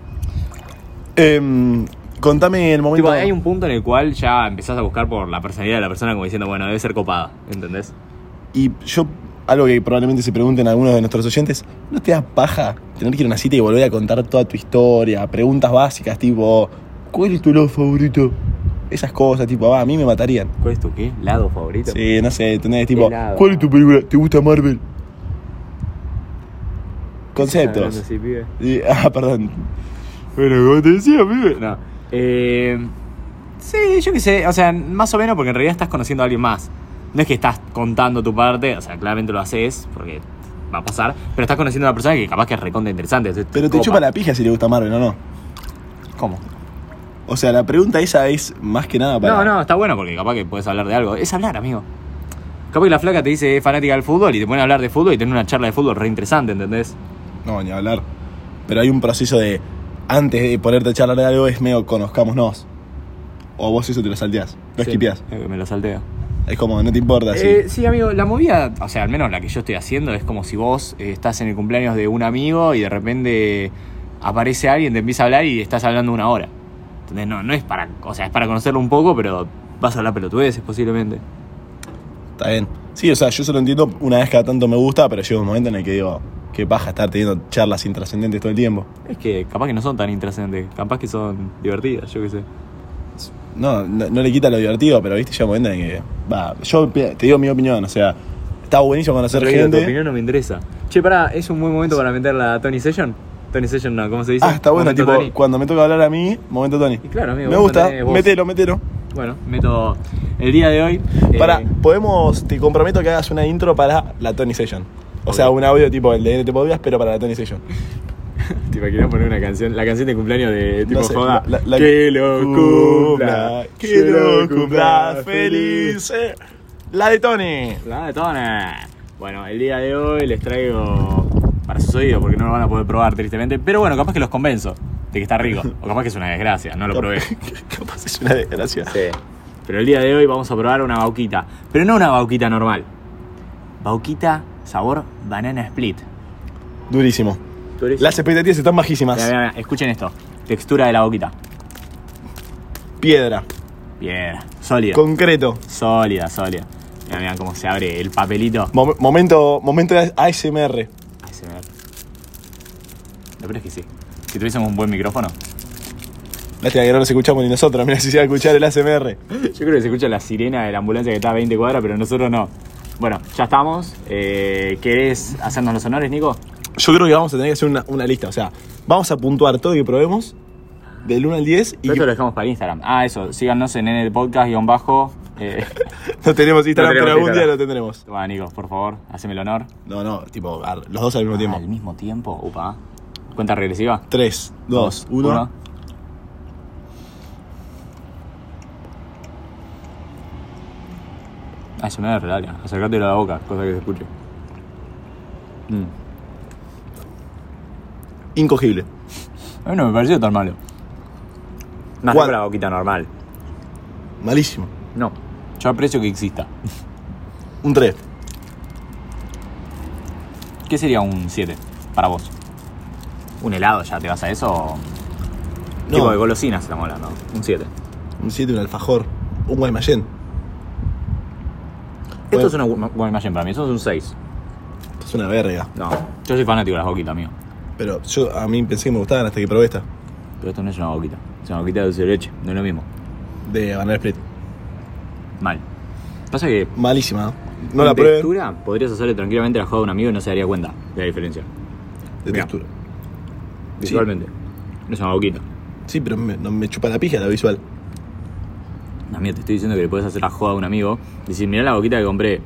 S1: Em, contame el momento.
S2: Tipo, hay un punto en el cual ya empezás a buscar por la personalidad de la persona como diciendo, bueno, debe ser copada, ¿entendés?
S1: Y yo, algo que probablemente se pregunten algunos de nuestros oyentes, ¿no te da paja tener que ir a una cita y volver a contar toda tu historia? Preguntas básicas tipo, ¿cuál es tu lado favorito? Esas cosas, tipo, ah, a mí me matarían.
S2: ¿Cuál es tu qué? ¿Lado favorito?
S1: Sí, no sé, tenés tipo,
S2: Helado.
S1: ¿cuál es tu película? ¿Te gusta Marvel?
S2: Hablando
S1: Conceptos.
S2: así, pibe.
S1: Y- ah, perdón.
S2: Bueno, como te decía, pibe. No. Eh, sí, yo qué sé. O sea, más o menos porque en realidad estás conociendo a alguien más. No es que estás contando tu parte, o sea, claramente lo haces porque va a pasar, pero estás conociendo a una persona que capaz que es recontra interesante. es-
S1: Pero te
S2: copa.
S1: chupa la pija si le gusta Marvel o no.
S2: ¿Cómo?
S1: O sea, la pregunta esa es más que nada para.
S2: No, no, está bueno porque capaz que puedes hablar de algo. Es hablar, amigo. Capaz que la flaca te dice "Es fanática del fútbol y te ponen a hablar de fútbol y tener una charla de fútbol re interesante, ¿entendés?
S1: No, ni hablar. Pero hay un proceso de. Antes de ponerte a charlar de algo, es medio conozcámonos. O vos eso te lo salteás, lo
S2: Sí.
S1: esquipeás.
S2: Eh, Me lo salteo.
S1: Es como, no te importa. sí.
S2: Eh, sí, amigo, la movida, o sea, al menos la que yo estoy haciendo, es como si vos eh, estás en el cumpleaños de un amigo y de repente aparece alguien, te empieza a hablar y estás hablando una hora. Entonces, no, no es para, o sea, es para conocerlo un poco, pero vas a hablar pelotudeces posiblemente.
S1: Está bien. Sí, o sea, yo solo entiendo una vez cada tanto me gusta, pero llega un momento en el que digo, qué paja estar teniendo charlas intrascendentes todo el tiempo.
S2: Es que capaz que no son tan interesantes, capaz que son divertidas, yo qué sé.
S1: No, no, no le quita lo divertido, pero viste, llega un momento en el que. Va, yo pi- te digo mi opinión, o sea, está buenísimo conocer
S2: Pero tu
S1: gente.
S2: opinión no me interesa. Che, pará, es un buen momento para meter la Tony Session. Tony Session, no, ¿cómo se dice?
S1: Ah, está bueno,
S2: Momento
S1: tipo,
S2: Tony.
S1: cuando me toca hablar a mí, momento Tony.
S2: Y claro, amigo,
S1: me
S2: vos
S1: gusta,
S2: tenés voz.
S1: mételo, mételo.
S2: Bueno, meto el día de hoy. eh,
S1: Para, podemos, te comprometo que hagas una intro para la Tony Session. O sea,
S2: Ok.
S1: un audio tipo el de NT Podcast, pero para la Tony Session.
S2: Te imaginas poner una canción, la canción de cumpleaños de tipo
S1: No sé,
S2: joda.
S1: la- la-
S2: que lo cumpla,
S1: que lo cumpla feliz. eh. La de Tony.
S2: La detona. Bueno, el día de hoy les traigo para sus oídos porque no lo van a poder probar tristemente. Pero bueno, capaz que los convenzo de que está rico. O capaz que es una desgracia, no lo
S1: [LAUGHS]
S2: probé.
S1: Capaz es una desgracia.
S2: Pero el día de hoy vamos a probar una bauquita. Pero no una bauquita normal. Bauquita sabor banana split.
S1: Durísimo.
S2: Las-
S1: Las expectativas están
S2: Mirá,
S1: bajísimas.
S2: mirá, mirá, Escuchen esto. Textura de la bauquita.
S1: Piedra,
S2: Bien. Sólida.
S1: concreto.
S2: Sólida, sólida. Mirá, mirá cómo se abre el papelito.
S1: Mom- momento, momento ASMR.
S2: Ay, se me da. Lo peor es que sí. Si tuviésemos un buen micrófono.
S1: Lástima que no nos escuchamos ni nosotros. Mira si se va a escuchar el ASMR.
S2: Yo creo que se escucha la sirena de la ambulancia que está a 20 cuadras, pero nosotros no. Bueno, ya estamos. Eh, ¿Querés hacernos los honores, Nico?
S1: Yo creo que vamos a tener que hacer una, una lista. O sea, vamos a puntuar todo lo que probemos del 1 al 10 y
S2: Pero esto lo dejamos para Instagram. Ah, eso. Síganos en el podcast guión bajo. Eh,
S1: [LAUGHS]
S2: [LAUGHS]
S1: no tenemos Instagram,
S2: tenemos
S1: pero algún
S2: Instagram.
S1: día lo tendremos.
S2: bueno, Nico, por favor, haceme el honor.
S1: No, no, tipo, ar- los dos al mismo
S2: Al
S1: tiempo.
S2: mismo tiempo. Upa. Cuenta regresiva.
S1: 3, 2, 1.
S2: Ah, se me da real, acercátelo a la boca, cosa que se escuche. Mm.
S1: Incogible.
S2: A mí no me pareció tan malo. No
S1: Cuatro.
S2: con la boquita normal.
S1: Malísimo.
S2: No. Yo aprecio que exista.
S1: Un 3.
S2: ¿Qué sería un 7 para vos? Un helado ya, ¿te vas a eso? o-
S1: No.
S2: Tipo de golosinas estamos hablando. Un 7.
S1: Un 7, un alfajor. Un Guaymallén.
S2: Esto
S1: Bueno.
S2: es una bu- buena imagen para mí, eso es un 6.
S1: Esto es una verga.
S2: No, yo soy fanático de las boquitas, amigo.
S1: Pero yo a mí pensé que me gustaban hasta que probé esta.
S2: Pero esto no es una boquita, es una boquita de dulce de leche, no es lo mismo.
S1: De Banana Split.
S2: Mal. Pasa que
S1: Malísima. ¿eh? No
S2: en
S1: la probé.
S2: textura podrías hacerle tranquilamente la joda a un amigo y no se daría cuenta de la diferencia.
S1: De
S2: Mirá.
S1: textura.
S2: Visualmente. No es una boquita.
S1: Sí, pero me, no me chupa la pija la visual.
S2: Amigo, te estoy diciendo que le puedes hacer la joda a un amigo. Decir, mirá la boquita que compré.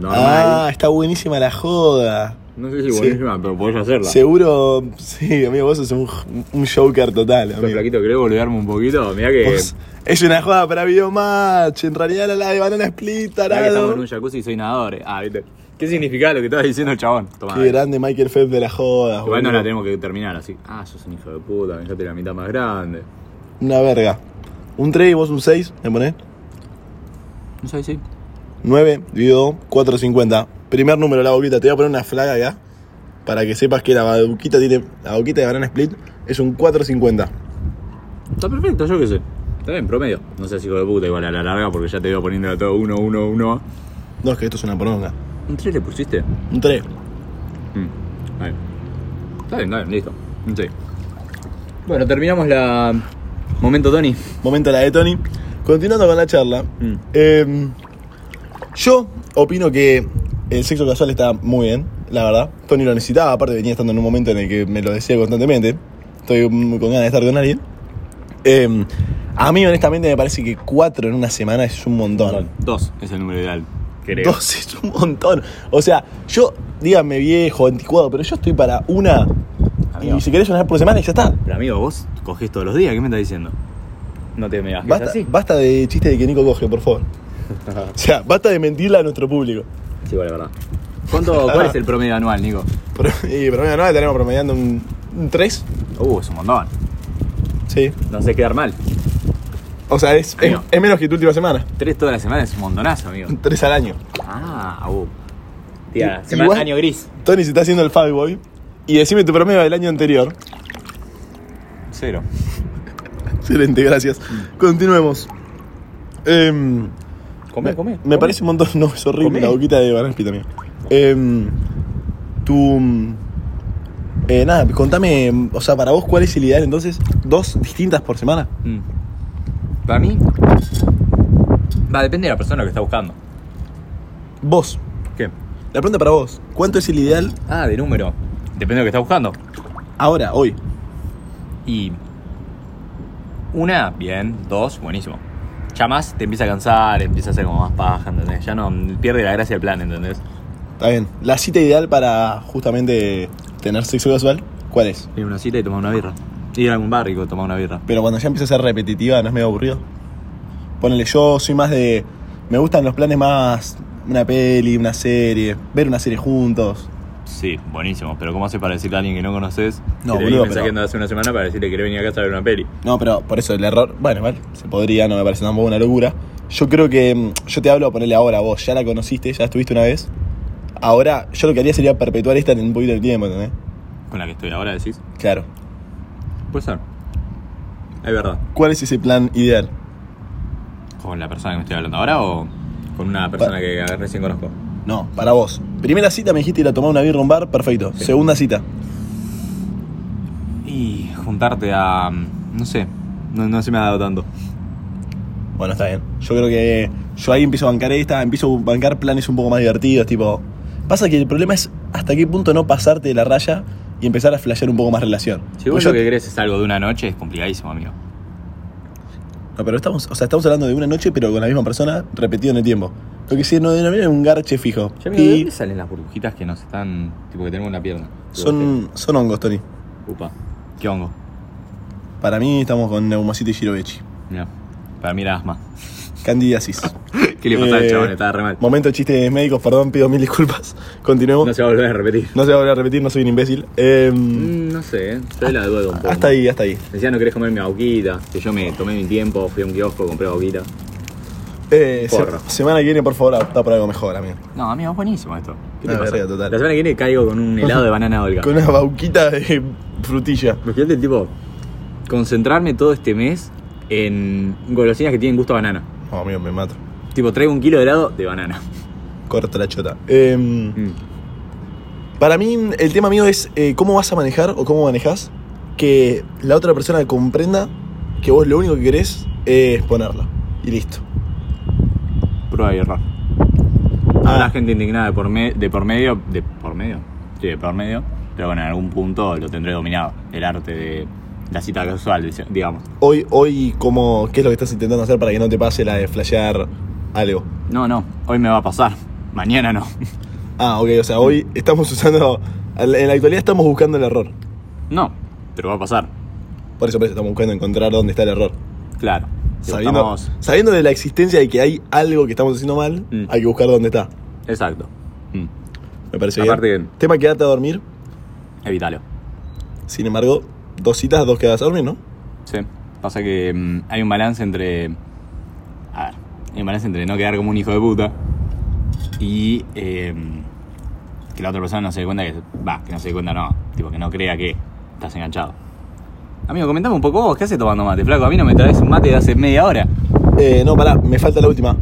S2: Normal.
S1: Ah, está buenísima la joda.
S2: no sé si
S1: sí.
S2: buenísima, pero podés hacerla.
S1: Seguro, [LAUGHS] sí, amigo, vos sos un, un joker total,
S2: Yo,
S1: amigo.
S2: flaquito, ¿querés volverme un poquito? Mirá que.
S1: Vos- es una joda para Biomatch. En realidad era la de Banana Split,
S2: mirá que estamos
S1: tarado.
S2: en un jacuzzi y soy nadador. eh. Ah, viste. ¿Qué significa lo que estaba diciendo el chabón? Toma.
S1: Qué grande Michael Phelps de la joda.
S2: Igual no la tenemos que terminar así. Ah, sos un hijo de puta, pensate la mitad más grande.
S1: Una verga. Un 3 y vos un 6, ¿me ponés?
S2: No sé, sí.
S1: 9 dividido 450. Primer número, la boquita. Te voy a poner una flaga acá. Para que sepas que la boquita tiene. La boquita de banana split es un 450.
S2: Está perfecto, yo qué sé. Está bien, promedio. No seas hijo de puta igual a la larga porque ya te veo poniéndola todo 1, 1, 1.
S1: No, es que esto es una poronga.
S2: ¿Un 3 le pusiste?
S1: Un 3.
S2: Mm. Vale. Está bien, está bien, listo. Un 6. Bueno, terminamos la. Momento, Tony.
S1: Momento la de Tony. Continuando con la charla.
S2: Mm.
S1: eh, yo opino que el sexo casual está muy bien, la verdad. Tony lo necesitaba, aparte venía estando en un momento en el que me lo decía constantemente. Estoy muy con ganas de estar con alguien. Eh, a mí, honestamente, me parece que 4 en una semana es un montón.
S2: 2 es el número ideal. Creo.
S1: Dos [LAUGHS] es un montón. O sea, yo, díganme viejo, anticuado, pero yo estoy para una.
S2: Amigo.
S1: Y si querés una vez por semana, ya está.
S2: Pero amigo, vos cogés todos los días, ¿qué me estás diciendo? No te me bajes
S1: Basta,
S2: así.
S1: basta de chiste de que Nico coge, por
S2: [LAUGHS]
S1: favor. O sea, basta de mentirle a nuestro público.
S2: Sí, vale, verdad. [LAUGHS] ¿Cuánto, ¿Cuál es el promedio anual, Nico?
S1: Pero, [LAUGHS] y promedio anual tenemos promediando un 3.
S2: Uh, es un montón.
S1: Sí.
S2: No sé quedar mal.
S1: O sea, es, es,
S2: Amigo.
S1: es menos que tu última semana.
S2: Tres todas las semanas es un montonazo, amigo.
S1: Tres al año.
S2: Ah, uh. Tía,
S1: Y-
S2: semana,
S1: igual-
S2: año gris.
S1: Tony se está haciendo el Fatboy. Y decime tu promedio del año anterior.
S2: Cero.
S1: Excelente, gracias. Continuemos. Em,
S2: Come,
S1: me,
S2: come.
S1: me
S2: come.
S1: parece un montón. No, es horrible
S2: Comé.
S1: la boquita de Banana Split también. Em, tu. eh, nada, contame. O sea, para vos, ¿cuál es el ideal entonces? ¿Dos distintas por semana?
S2: Mm. Para mí. Va, depende de la persona que está buscando.
S1: Vos.
S2: ¿Qué?
S1: La pregunta para vos. ¿Cuánto es el ideal
S2: Ah, de número. Depende de lo que está buscando.
S1: ahora, hoy?
S2: Y. Una, bien. Dos, buenísimo. Ya más te empieza a cansar, empieza a ser como más paja, ¿entendés? Ya no pierde la gracia del plan, ¿entendés?
S1: Está bien. La cita ideal para justamente tener sexo casual, ¿cuál es?
S2: Ir a una cita y tomar una birra. Ir a algún bar y tomar una birra.
S1: Pero cuando ya empieza a ser repetitiva, ¿no es medio aburrido? Ponele, yo soy más de. Me gustan los planes más. Una peli, una serie, ver una serie juntos.
S2: Sí, buenísimo. Pero ¿cómo haces para decirle a alguien que no conoces?
S1: No,
S2: que le di
S1: boludo,
S2: un mensaje
S1: pero-
S2: andando hace una semana para decirle que querés venir acá a ver una peli.
S1: No, pero por eso el error. Bueno, vale, se podría, no me parece tampoco una locura. Yo creo que. mm, Yo te hablo a ponerle ahora, vos ya la conociste, ya estuviste una vez. Ahora, yo lo que haría sería perpetuar esta en un poquito de tiempo, ¿entendés?
S2: Con la que estoy ahora, decís.
S1: Claro.
S2: Puede ser. Es verdad.
S1: ¿Cuál es ese plan ideal?
S2: ¿Con la persona que me estoy hablando ahora o con una persona que recién conozco?
S1: No, para vos. Primera cita me dijiste ir a tomar una birra a un bar, perfecto. Segunda cita.
S2: Y juntarte a. No sé. No, no se me ha dado tanto.
S1: Bueno, está bien. Yo creo que yo ahí empiezo a bancar esta, empiezo a bancar planes un poco más divertidos, tipo... Pasa que el problema es hasta qué punto no pasarte de la raya y empezar a flashear un poco más relación.
S2: Si
S1: Porque
S2: vos
S1: yo-
S2: lo que querés es algo de una noche, es complicadísimo, amigo.
S1: No, pero estamos, o sea, estamos hablando de una noche, pero con la misma persona, repetido en el tiempo. Lo que sí no denomina es un garche fijo.
S2: Ya, amigo, ¿de
S1: Y
S2: dónde salen las burbujitas que nos están. tipo que tenemos en la pierna?
S1: son, son hongos, Tony.
S2: Upa. ¿Qué hongo?
S1: Para mí estamos con Neumacito y Girovechi.
S2: Mira. Para mí era asma.
S1: Candidiasis.
S2: [LAUGHS] ¿Qué le pasaba al
S1: Eh,
S2: chabón? Estaba re mal.
S1: Momento de chistes médicos, perdón, pido mil disculpas. Continuemos.
S2: No se va a volver a repetir.
S1: No se va a volver a repetir, no soy un imbécil. Eh,
S2: Mm, No sé, ¿eh? yo la dudo un poco.
S1: hasta ahí, hasta ahí.
S2: Decía, no querés comer mi bauquita. Que yo me tomé mi tiempo, fui a un kiosco, compré bauquita.
S1: Eh, se-
S2: Porro.
S1: semana que viene, por favor, opta por algo mejor, amigo.
S2: No, amigo, es buenísimo esto. ¿Qué te
S1: Una
S2: pasa?
S1: verga total.
S2: La semana que viene caigo con un helado de banana Olga.
S1: Con una bauquita de [LAUGHS] frutilla.
S2: Imagínate, tipo, concentrarme todo este mes en golosinas que tienen gusto a banana.
S1: No, amigo, me mato.
S2: Tipo, traigo un kilo de helado de banana.
S1: Corta la chota. Em,
S2: Mm.
S1: Para mí, el tema mío es eh, cómo vas a manejar o cómo manejas que la otra persona comprenda que vos lo único que querés es ponerla. Y listo.
S2: Prueba y error. Habrá gente indignada de por, me- de por medio. ¿De por medio? Sí, de por medio. Pero bueno, en algún punto lo tendré dominado. El arte de la cita casual, dice- digamos.
S1: Hoy, hoy ¿cómo, ¿qué es lo que estás intentando hacer para que no te pase la de flashear algo?
S2: No, no, hoy me va a pasar. Mañana no. [LAUGHS]
S1: Ah, ok, o sea, hoy estamos [LAUGHS] usando. En la actualidad estamos buscando el error.
S2: No, pero va a pasar.
S1: Por eso, por eso estamos buscando encontrar dónde está el error.
S2: Claro. Si
S1: Sabiendo,
S2: buscamos-
S1: sabiendo de la existencia de que hay algo que estamos haciendo mal,
S2: Mm.
S1: hay que buscar dónde está.
S2: Exacto. Mm.
S1: Me parece
S2: Aparte
S1: bien.
S2: bien.
S1: Tema quedarte a dormir.
S2: Evítalo.
S1: Sin embargo, dos citas, dos quedas a dormir, ¿no?
S2: Sí. Pasa que mm, hay un balance entre. A ver. Hay un balance entre no quedar como un hijo de puta y. eh, que la otra persona no se dé cuenta que. Va, que no se dé cuenta, no. Tipo, que no crea que estás enganchado. Amigo, comentame un poco vos, ¿qué haces tomando mate? Flaco, a mí no me traes un mate de hace media hora.
S1: Eh, no, pará, me falta la última.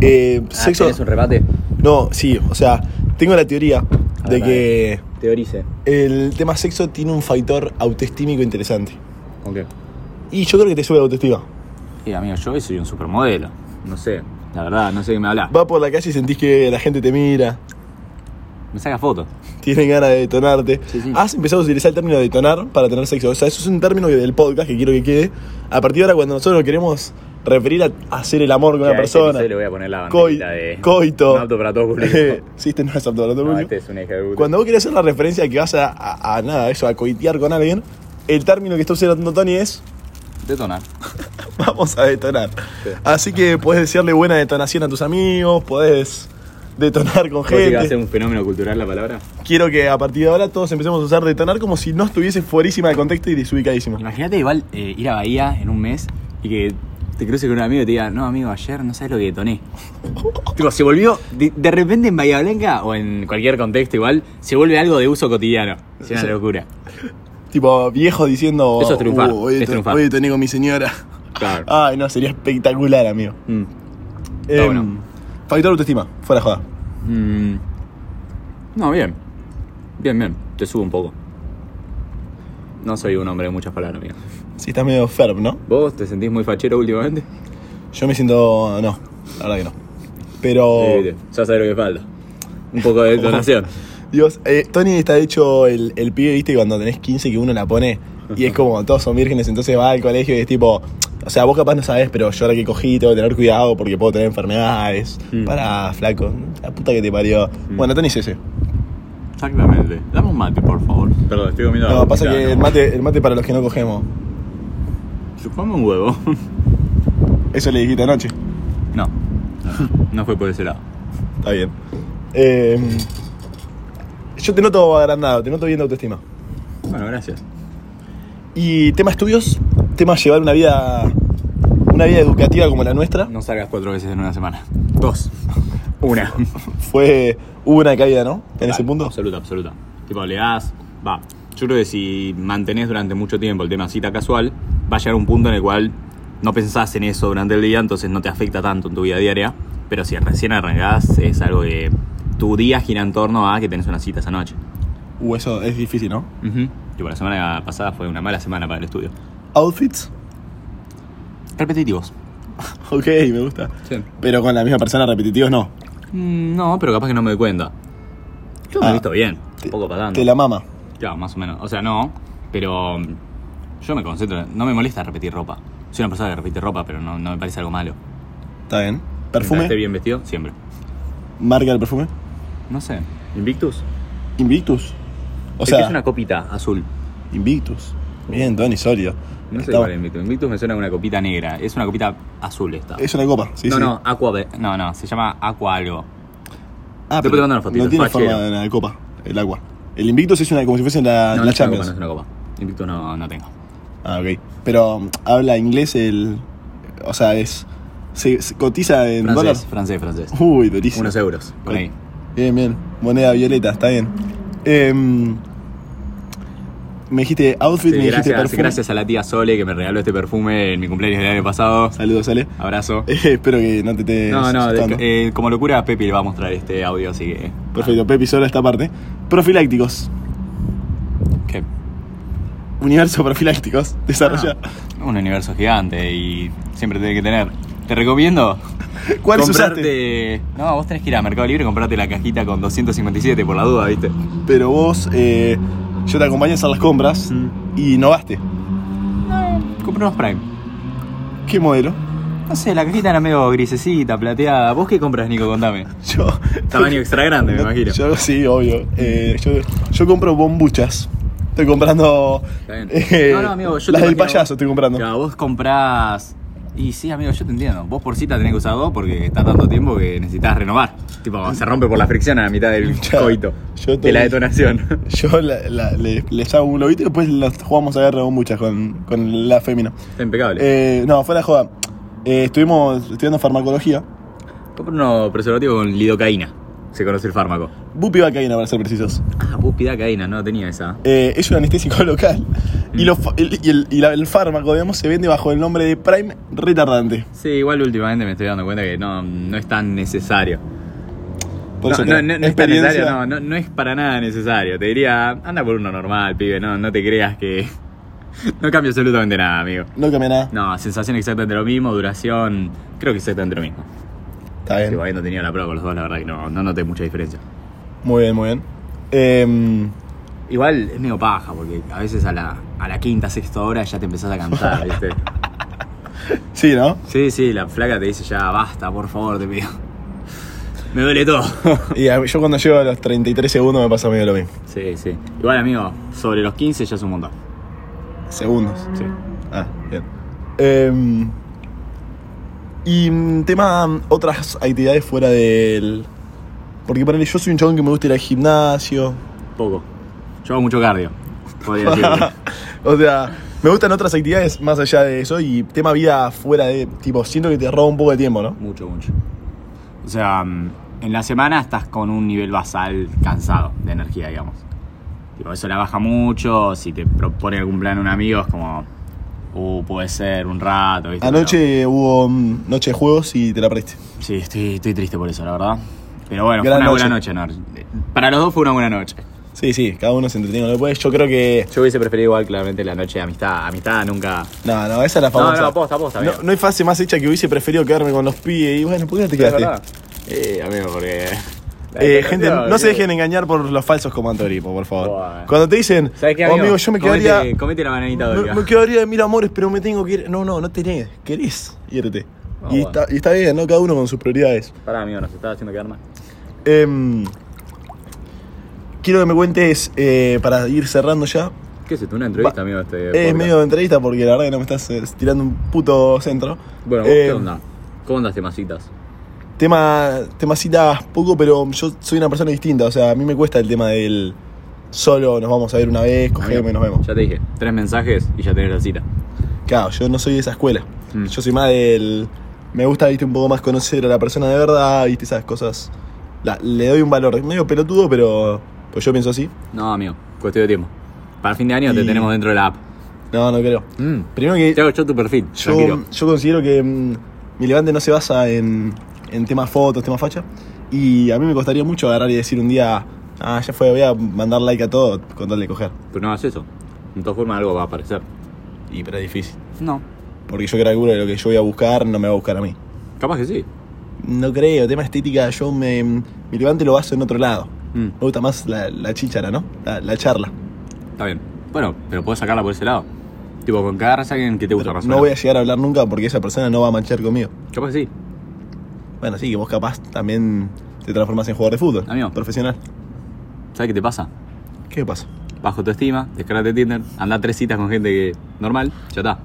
S1: Eh, sexo.
S2: ¿Tienes Ah, un remate?
S1: No, sí, o sea, tengo la teoría de
S2: ver, a
S1: que
S2: Teorice.
S1: el tema sexo tiene un factor autoestímico interesante.
S2: Ok.
S1: Y yo creo que te sube la autoestima.
S2: Sí, amigo, yo hoy soy un supermodelo. No sé. La verdad, no sé de qué me hablas.
S1: Vas por la calle y sentís que la gente te mira,
S2: Me sacas fotos.
S1: tienen ganas de detonarte.
S2: Sí, sí.
S1: Has empezado a utilizar el término detonar para tener sexo. O sea, eso es un término que- del podcast que quiero que quede. A partir de ahora, cuando nosotros nos queremos referir a hacer el amor con una persona.
S2: le voy a este poner la
S1: Coi-
S2: banderita de.
S1: coito.
S2: Un auto para todo público.
S1: Eh, [LAUGHS] sí, este no es apto para todo
S2: No,
S1: público.
S2: este es una hija de puta.
S1: Cuando vos querés hacer la referencia que vas a, a- a nada, eso, a coitear con alguien, el término que está usando Tony es [LAUGHS]
S2: Detonar.
S1: vamos a detonar. Así que podés desearle buena detonación a tus amigos, podés detonar con
S2: ¿Vos que va a
S1: gente.
S2: ser un fenómeno cultural la palabra?
S1: Quiero que a partir de ahora todos empecemos a usar detonar como si no estuviese fuerísima de contexto y desubicadísimo.
S2: Imagínate igual eh, ir a Bahía en un mes y que te cruces con un amigo y te diga, no amigo, ayer no sabes lo
S1: [LAUGHS]
S2: que detoné. tipo, se volvió, de, de repente en Bahía Blanca o en cualquier contexto igual, se vuelve algo de uso cotidiano. Es una
S1: Sí.
S2: locura.
S1: Tipo, viejo diciendo.
S2: Eso es triunfar,
S1: "Uh, hoy,
S2: es
S1: deton-
S2: triunfar".
S1: hoy detoné con mi señora.
S2: Claro.
S1: Ay, no, sería espectacular, amigo.
S2: Mm.
S1: Em,
S2: bueno.
S1: Factor autoestima, fuera joda.
S2: Mm. No, bien. Bien, bien. Te subo un poco. No soy un hombre de muchas palabras, amigo.
S1: Si estás medio ferb, ¿no?
S2: ¿Vos te sentís muy fachero últimamente?
S1: Yo me siento. No, la verdad que no. Pero.
S2: Eh, ya sabés lo que falta. Un poco [LAUGHS] de detonación.
S1: Dios, eh, Tony está hecho el, el pibe, viste, cuando tenés 15 que uno la pone y es como todos son vírgenes, entonces va al colegio y es tipo. O sea, vos capaz no sabés, pero yo ahora que cogí tengo que tener cuidado porque puedo tener enfermedades.
S2: Mm.
S1: Pará, flaco, la puta que te parió. Bueno, Tony es ese.
S2: Exactamente. Dame un mate, por favor. Perdón, estoy comiendo
S1: No,
S2: algo.
S1: pasa
S2: Mirá,
S1: que el
S2: no.
S1: mate, el mate para los que no cogemos.
S2: Chupame un huevo. [LAUGHS]
S1: Eso le dijiste anoche.
S2: no. No fue por ese lado.
S1: Está bien. Eh, yo te noto agrandado, te noto bien de autoestima.
S2: Bueno, gracias.
S1: Y tema estudios, tema llevar una vida. Una vida educativa como la nuestra.
S2: No salgas cuatro veces en una semana. Dos. [LAUGHS] Una.
S1: Fue. Hubo una caída, ¿no? En ese
S2: Total,
S1: punto.
S2: Absoluta, absoluta. Tipo, le das. Va. Yo creo que si mantenés durante mucho tiempo el tema cita casual, va a llegar un punto en el cual no pensás en eso durante el día, entonces no te afecta tanto en tu vida diaria. Pero si recién arrancás, es algo que tu día gira en torno a que tenés una cita esa noche.
S1: Uh, eso es difícil, ¿no?
S2: Ujú. Tipo, la semana pasada fue una mala semana para el estudio.
S1: Outfits. [LAUGHS]
S2: Repetitivos.
S1: Ok, me gusta. Pero con la misma persona repetitivos no.
S2: Mm, No, pero capaz que no me doy cuenta. Yo me
S1: Ah.
S2: he visto bien,
S1: Te-
S2: un poco patando.
S1: Te la mama.
S2: Claro, más o menos. O sea, no, pero mm, yo me concentro. No me molesta repetir ropa. Soy una persona que repite ropa, pero no, no me parece algo malo.
S1: Está bien.
S2: Mientras esté
S1: Perfume.
S2: bien vestido, siempre.
S1: Marca del perfume.
S2: No sé. ¿Invictus?
S1: Invictus. O
S2: Es que
S1: sea,
S2: es una copita azul.
S1: Invictus. Bien, Tony, sólido.
S2: No sé
S1: Está-
S2: cuál es Invictus. Invictus me suena a una copita negra. Es una copita azul esta.
S1: Es una copa, sí,
S2: no,
S1: sí.
S2: no, aqua. ve- No, no, se llama aqua algo.
S1: Ah,
S2: Después
S1: pero
S2: te mando una fotito,
S1: No tiene
S2: fachero.
S1: forma de una copa, el agua. El Invictus es una como si fuese la, Ah,
S2: no,
S1: la
S2: no es una copa,
S1: Champions.
S2: no es una copa. Invictus no, no tengo.
S1: Ah, ok. Pero mm, habla inglés el. O sea, es. Se, se cotiza en
S2: Francés,
S1: dólares.
S2: francés, francés.
S1: Uy, durísimo.
S2: Unos euros. Por ahí.
S1: Bien, bien. Moneda violeta, está bien. Em, me dijiste outfit, me
S2: Sí,
S1: dijiste
S2: gracias,
S1: perfume.
S2: gracias a la tía Sole que me regaló este perfume en mi cumpleaños del año pasado.
S1: Saludos, Ale. [LAUGHS]
S2: Abrazo.
S1: Eh, espero que no te estés
S2: No, no, de-
S1: asustando.
S2: eh, como locura Pepi le va a mostrar este audio, así que...
S1: Perfecto, Pepi, solo esta parte. Profilácticos.
S2: que-
S1: Universo profilácticos.
S2: Ah.
S1: Desarrolla.
S2: un universo gigante y siempre tiene que tener. Te recomiendo
S1: ¿Cuál usaste?
S2: comprarte... No, vos tenés que ir a Mercado Libre y comprarte la cajita con 257 por la duda, ¿viste?
S1: Pero vos, eh, yo te acompañé a hacer las compras
S2: Mm.
S1: y innovaste.
S2: Compré unos Prime.
S1: ¿Qué modelo? [LAUGHS]
S2: No sé, la cajita era medio grisecita, plateada. ¿Vos qué compras, Nico? Contame.
S1: Yo.
S2: Tamaño extra
S1: [LAUGHS]
S2: grande, me imagino.
S1: Yo sí, obvio. Eh, yo, yo compro bombuchas. Estoy comprando.
S2: Está bien.
S1: eh,
S2: No, no, amigo, yo te
S1: las del
S2: imagino-
S1: payaso estoy comprando.
S2: Claro, vos comprás. Y sí, amigo, yo te entiendo. Vos por cita tenés que usar dos porque está tanto tiempo que necesitas renovar. Tipo, se rompe por la fricción a la mitad del
S1: [LAUGHS] Claro,
S2: coito.
S1: yo
S2: de la
S1: estoy- [LAUGHS]
S2: detonación.
S1: Yo la- la- le- les hago un globito y después las jugamos a guerra de bombuchas con, con la fémina.
S2: Está impecable.
S1: Eh, no, fuera de joda. Eh, estuvimos estudiando farmacología.
S2: Compré uno preservativo con lidocaína. Se conoce el fármaco.
S1: Bupivacaína, para ser precisos.
S2: Ah, bupidacaína, no tenía esa.
S1: Eh, es un anestésico [LAUGHS] local. Y, los fa- el, y el- y la- el fármaco, digamos, se vende bajo el nombre de Prime Retardante.
S2: Sí, igual últimamente me estoy dando cuenta que no, no es tan necesario.
S1: Por
S2: no,
S1: eso
S2: no,
S1: te-
S2: no, no es tan necesario, no, no, no es para nada necesario. Te diría, anda por uno normal, pibe, no, no te creas que. [LAUGHS] No cambia absolutamente nada, amigo.
S1: no cambia nada.
S2: No, sensación exactamente lo mismo, duración, creo que exactamente lo mismo.
S1: Está bien.
S2: Tipo, habiendo tenido la prueba con los dos, la verdad que no, no noté mucha diferencia.
S1: Muy bien, muy bien. Em,
S2: Igual es medio paja, porque a veces a la, a la quinta, sexta hora ya te empezás a cansar, ¿viste?
S1: sí,
S2: [LAUGHS]
S1: ¿no?
S2: Sí, sí, la flaca te dice ya, basta, por favor, te pido. Me duele todo.
S1: Y a- yo cuando llego a los 33 segundos me pasa medio lo mismo.
S2: sí, sí. Igual, amigo, sobre los 15 ya es un montón.
S1: Segundos.
S2: Sí.
S1: Ah, bien. Em, y mm, tema mm, otras actividades fuera del. Porque ponele, yo soy un chabón que me gusta ir al gimnasio.
S2: Poco. Yo hago mucho cardio. Podría decirlo.
S1: o sea, me gustan otras actividades más allá de eso y tema vida fuera de. Tipo, siento que te roba un poco de tiempo, ¿no?
S2: Mucho, mucho. O sea, mm, en la semana estás con un nivel basal cansado de energía, digamos. Tipo, eso la baja mucho. Si te propone algún plan un amigo, es como, uh, puede ser un rato, ¿viste?
S1: Anoche hubo mm, noche de juegos y te la perdiste.
S2: Pero- sí, estoy, estoy triste por eso, la verdad. Pero bueno,
S1: Gran
S2: fue una
S1: noche.
S2: buena noche, ¿no? Para los dos fue una buena noche.
S1: Sí, sí, cada uno se entretiene lo que puede. Yo creo que.
S2: Yo hubiese preferido igual, claramente, la noche de amistad. Amistad nunca.
S1: No, no, esa es la
S2: No,
S1: famosa.
S2: no, posta, posta,
S1: No,
S2: amigo.
S1: no hay fase más hecha que hubiese preferido quedarme con los pibes y bueno, ¿por qué no te
S2: Es
S1: quedaste?
S2: verdad. Eh, amigo, porque.
S1: Eh, gente, no se
S2: dejen
S1: dejen engañar por los falsos comandorismo, por favor.
S2: Buah.
S1: Cuando te dicen,
S2: ¿Sabes qué,
S1: "Oh, amigo, yo me
S2: Comete-
S1: quedaría,
S2: Comete, la bananita de
S1: me, me quedaría de mil amores, pero me tengo que ir. No, no, no tenés, querés irte.
S2: Ah,
S1: y,
S2: bueno.
S1: está, y está bien, ¿no? Cada uno con sus prioridades.
S2: Pará, amigo, nos estaba haciendo quedar mal.
S1: Em, quiero que me cuentes, eh, para ir cerrando ya,
S2: ¿Qué es esto? ¿Una
S1: Va-
S2: entrevista, amigo? Este
S1: es
S2: podcast?
S1: medio de entrevista porque la verdad que no me estás eh, tirando un puto centro.
S2: Bueno, ¿vos ¿qué
S1: Em,
S2: onda? ¿Cómo andas temacitas?
S1: Tema, tema citas poco, pero yo soy una persona distinta. O sea, a mí me cuesta el tema del solo nos vamos a ver una vez, cogemos y nos vemos.
S2: Ya te dije, tres mensajes y ya tenés la cita.
S1: Claro, yo no soy de esa escuela.
S2: Mm.
S1: Yo soy más del. Me gusta, viste, un poco más conocer a la persona de verdad, viste, esas cosas. La- le doy un valor. Medio pelotudo, pero. Pues yo pienso así.
S2: No, amigo, cuestión de tiempo. Para fin de año te
S1: Y-
S2: tenemos dentro de la app.
S1: No, no creo.
S2: Mm.
S1: Primero
S2: Te
S1: que.
S2: hago yo tu perfil,
S1: Yo,
S2: tranquilo.
S1: yo considero que mm, mi levante no se basa en, en temas fotos, temas facha. Y a mí me costaría mucho agarrar y decir un día. Ah, ya fue, voy a mandar like a todo con tal de coger.
S2: Pero no hagas eso. De todas formas, algo va a aparecer.
S1: Y pero es difícil.
S2: No.
S1: Porque yo calculo que lo que yo voy a buscar no me va a buscar a mí.
S2: Capaz que sí.
S1: No creo, tema estética, yo me, mm, mi levante lo baso en otro lado.
S2: Mm.
S1: Me gusta más la, la chichara, ¿no? La, la charla.
S2: Está bien. Bueno, pero puedes sacarla por ese lado. Tipo, con cada raza alguien que te gusta
S1: Pero
S2: más o
S1: no
S2: menos.
S1: voy a llegar a hablar nunca porque esa persona no va a manchar conmigo.
S2: Capaz que sí.
S1: Bueno, sí, que vos capaz también te transformás en jugador de fútbol.
S2: Amigo.
S1: Profesional.
S2: ¿Sabes qué te pasa?
S1: ¿Qué pasa?
S2: bajo tu estima, descargate Tinder, andá tres citas con gente que normal, ya está.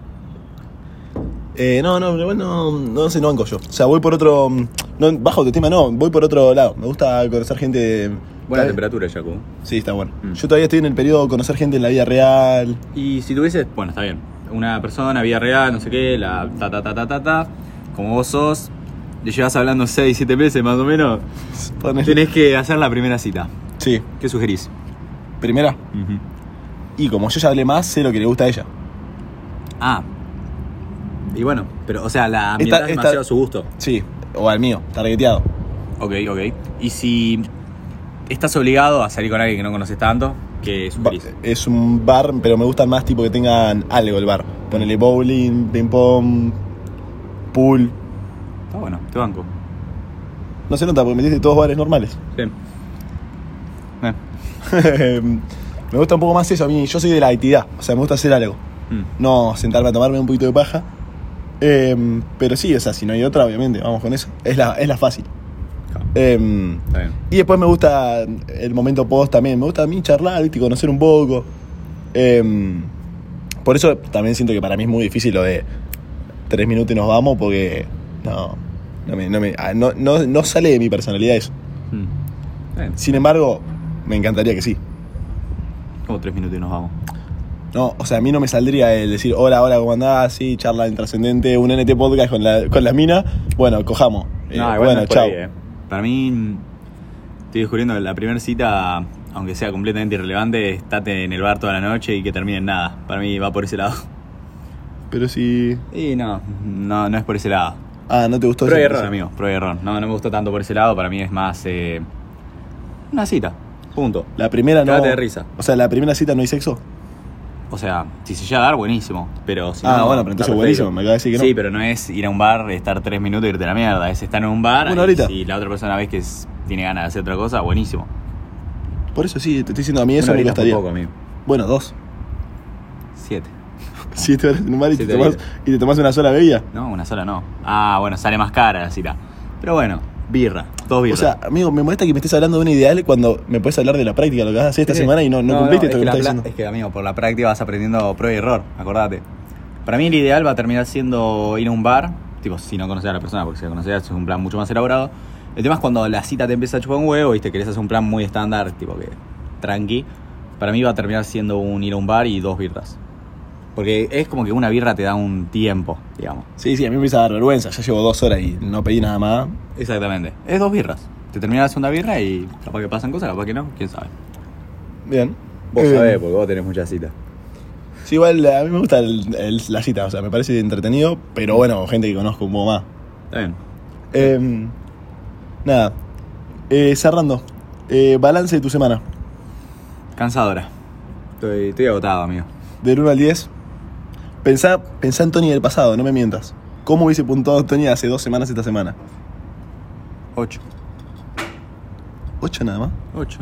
S1: Eh, no, no, igual no, no sé, no banco yo. O sea, voy por otro. mm, No, bajo tu tema, no, voy por otro lado. Me gusta conocer gente.
S2: Buena
S1: tal-
S2: temperatura, Jaco.
S1: Sí, está bueno.
S2: Mm.
S1: Yo todavía estoy en el periodo de conocer gente en la vida
S2: [LAUGHS]
S1: real.
S2: Y si tuvieses, bueno, está bien, una persona, vida real, no sé qué, la ta ta ta ta ta ta, como vos sos, le llevas hablando 6, 7 veces más o menos,
S1: Ponele.
S2: tenés que hacer la primera cita.
S1: Sí,
S2: ¿Qué sugerís?
S1: primera. Y como yo ya hablé más, sé lo que le gusta a ella.
S2: Ah. Y bueno, pero, o sea, la
S1: Esta-
S2: ambientás
S1: esta-
S2: demasiado a su gusto.
S1: Sí, o al mío, targeteado.
S2: Ok, ok. Y si estás obligado a salir con alguien que no conoces tanto, que es un
S1: Ba-
S2: gris.
S1: Es un bar, pero me gustan más tipo que tengan algo el bar. Ponele bowling, ping pong, pool.
S2: Está bueno, te banco.
S1: No se nota porque metiste todos bares normales.
S2: Bien. Mm.
S1: [LAUGHS] me gusta un poco más eso a mí. Yo soy de la actividad, o sea, me gusta hacer algo.
S2: Mm,
S1: No sentarme a tomarme un poquito de paja. Em, pero sí, o sea, si no hay otra, obviamente, vamos con eso. Es la, es la fácil. Em,
S2: Está bien.
S1: y después me gusta el momento post también. Me gusta a mí charlar, ¿viste? conocer un poco. Em, por eso también siento que para mí es muy difícil lo de tres minutos y nos vamos porque no, no, me- no me- ah, no- no- no sale de mi personalidad eso.
S2: Mm. Está bien.
S1: Sin embargo, me encantaría que sí.
S2: Como tres minutos y nos vamos.
S1: No, o sea, a mí no me saldría el decir, hola, hola, ¿cómo andás? Sí, charla intrascendente, un NT podcast con la, con la mina. Bueno, cojamos. Eh,
S2: No, igual
S1: bueno,
S2: no es por
S1: chau.
S2: ahí, eh. Para mí, estoy descubriendo que la primera cita, aunque sea completamente irrelevante, estate en el bar toda la noche y que termine en nada. Para mí va por ese lado. [LAUGHS]
S1: Pero si...
S2: Y no, no, no es por ese lado.
S1: Ah, no te gustó.
S2: Prueba y
S1: ese-
S2: error,
S1: ese-
S2: amigo. Prueba y error. No, no me gustó tanto por ese lado. Para mí es más eh, una cita. Punto.
S1: La primera no...
S2: Cagate de risa.
S1: O sea, la primera cita no hay sexo.
S2: O sea, si se llega a dar, buenísimo. Pero si
S1: Ah,
S2: no,
S1: bueno, pero entonces
S2: la prefiero.
S1: buenísimo, me acabas de decir que no.
S2: Sí, pero no es ir a un bar, estar tres minutos y irte a la mierda. Es estar en un bar
S1: Una
S2: y
S1: horita.
S2: si la otra persona ves que es- tiene ganas de hacer otra cosa, buenísimo.
S1: Por eso sí, te estoy diciendo, a mí eso
S2: una
S1: me
S2: horita es muy
S1: gustaría.
S2: poco, amigo.
S1: Bueno, dos. [LAUGHS]
S2: Siete.
S1: Siete horas en un bar y,
S2: Siete
S1: te tomás,
S2: horitas.
S1: y te tomás una sola bebida.
S2: No, una sola no. Ah, bueno, sale más cara la cita. Pero bueno, birra. Dos
S1: O
S2: birras.
S1: sea, amigo, me molesta que me estés hablando de un ideal cuando me puedes hablar de la práctica, lo que vas a hacer esta semana y no, no, cumpliste esto
S2: es
S1: que me
S2: la
S1: estás
S2: pla-
S1: diciendo.
S2: Es que, amigo, por la práctica vas aprendiendo prueba y error, acordate. Para mí el ideal va a terminar siendo ir a un bar, tipo, si no conoces a la persona, porque si la conoces es un plan mucho más elaborado. El tema es cuando la cita te empieza a chupar un huevo y te querés hacer un plan muy estándar, tipo que tranqui. Para mí va a terminar siendo un ir a un bar y dos birras. Porque es como que una birra te da un tiempo, digamos.
S1: Sí, sí, a mí me empieza a dar vergüenza. Ya llevo dos horas y no pedí nada más.
S2: Exactamente. Es dos birras. Te termina la segunda birra y capaz que pasan cosas, capaz que no, quién sabe.
S1: Bien.
S2: Vos
S1: Eh,
S2: sabés, porque vos tenés muchas citas.
S1: Sí, igual a mí me gusta el- el- la cita, o sea, me parece entretenido, pero bueno, gente que conozco un poco más.
S2: Está bien.
S1: Em, nada, Eh, cerrando, Eh, balance de tu semana,
S2: Cansadora. Estoy, estoy agotado, amigo.
S1: del 1 al 10. Pensá, pensá en Tony del pasado, no me mientas. ¿Cómo hubiese puntuado Tony hace dos semanas esta semana?
S2: 8.
S1: ¿Ocho nada más?
S2: 8.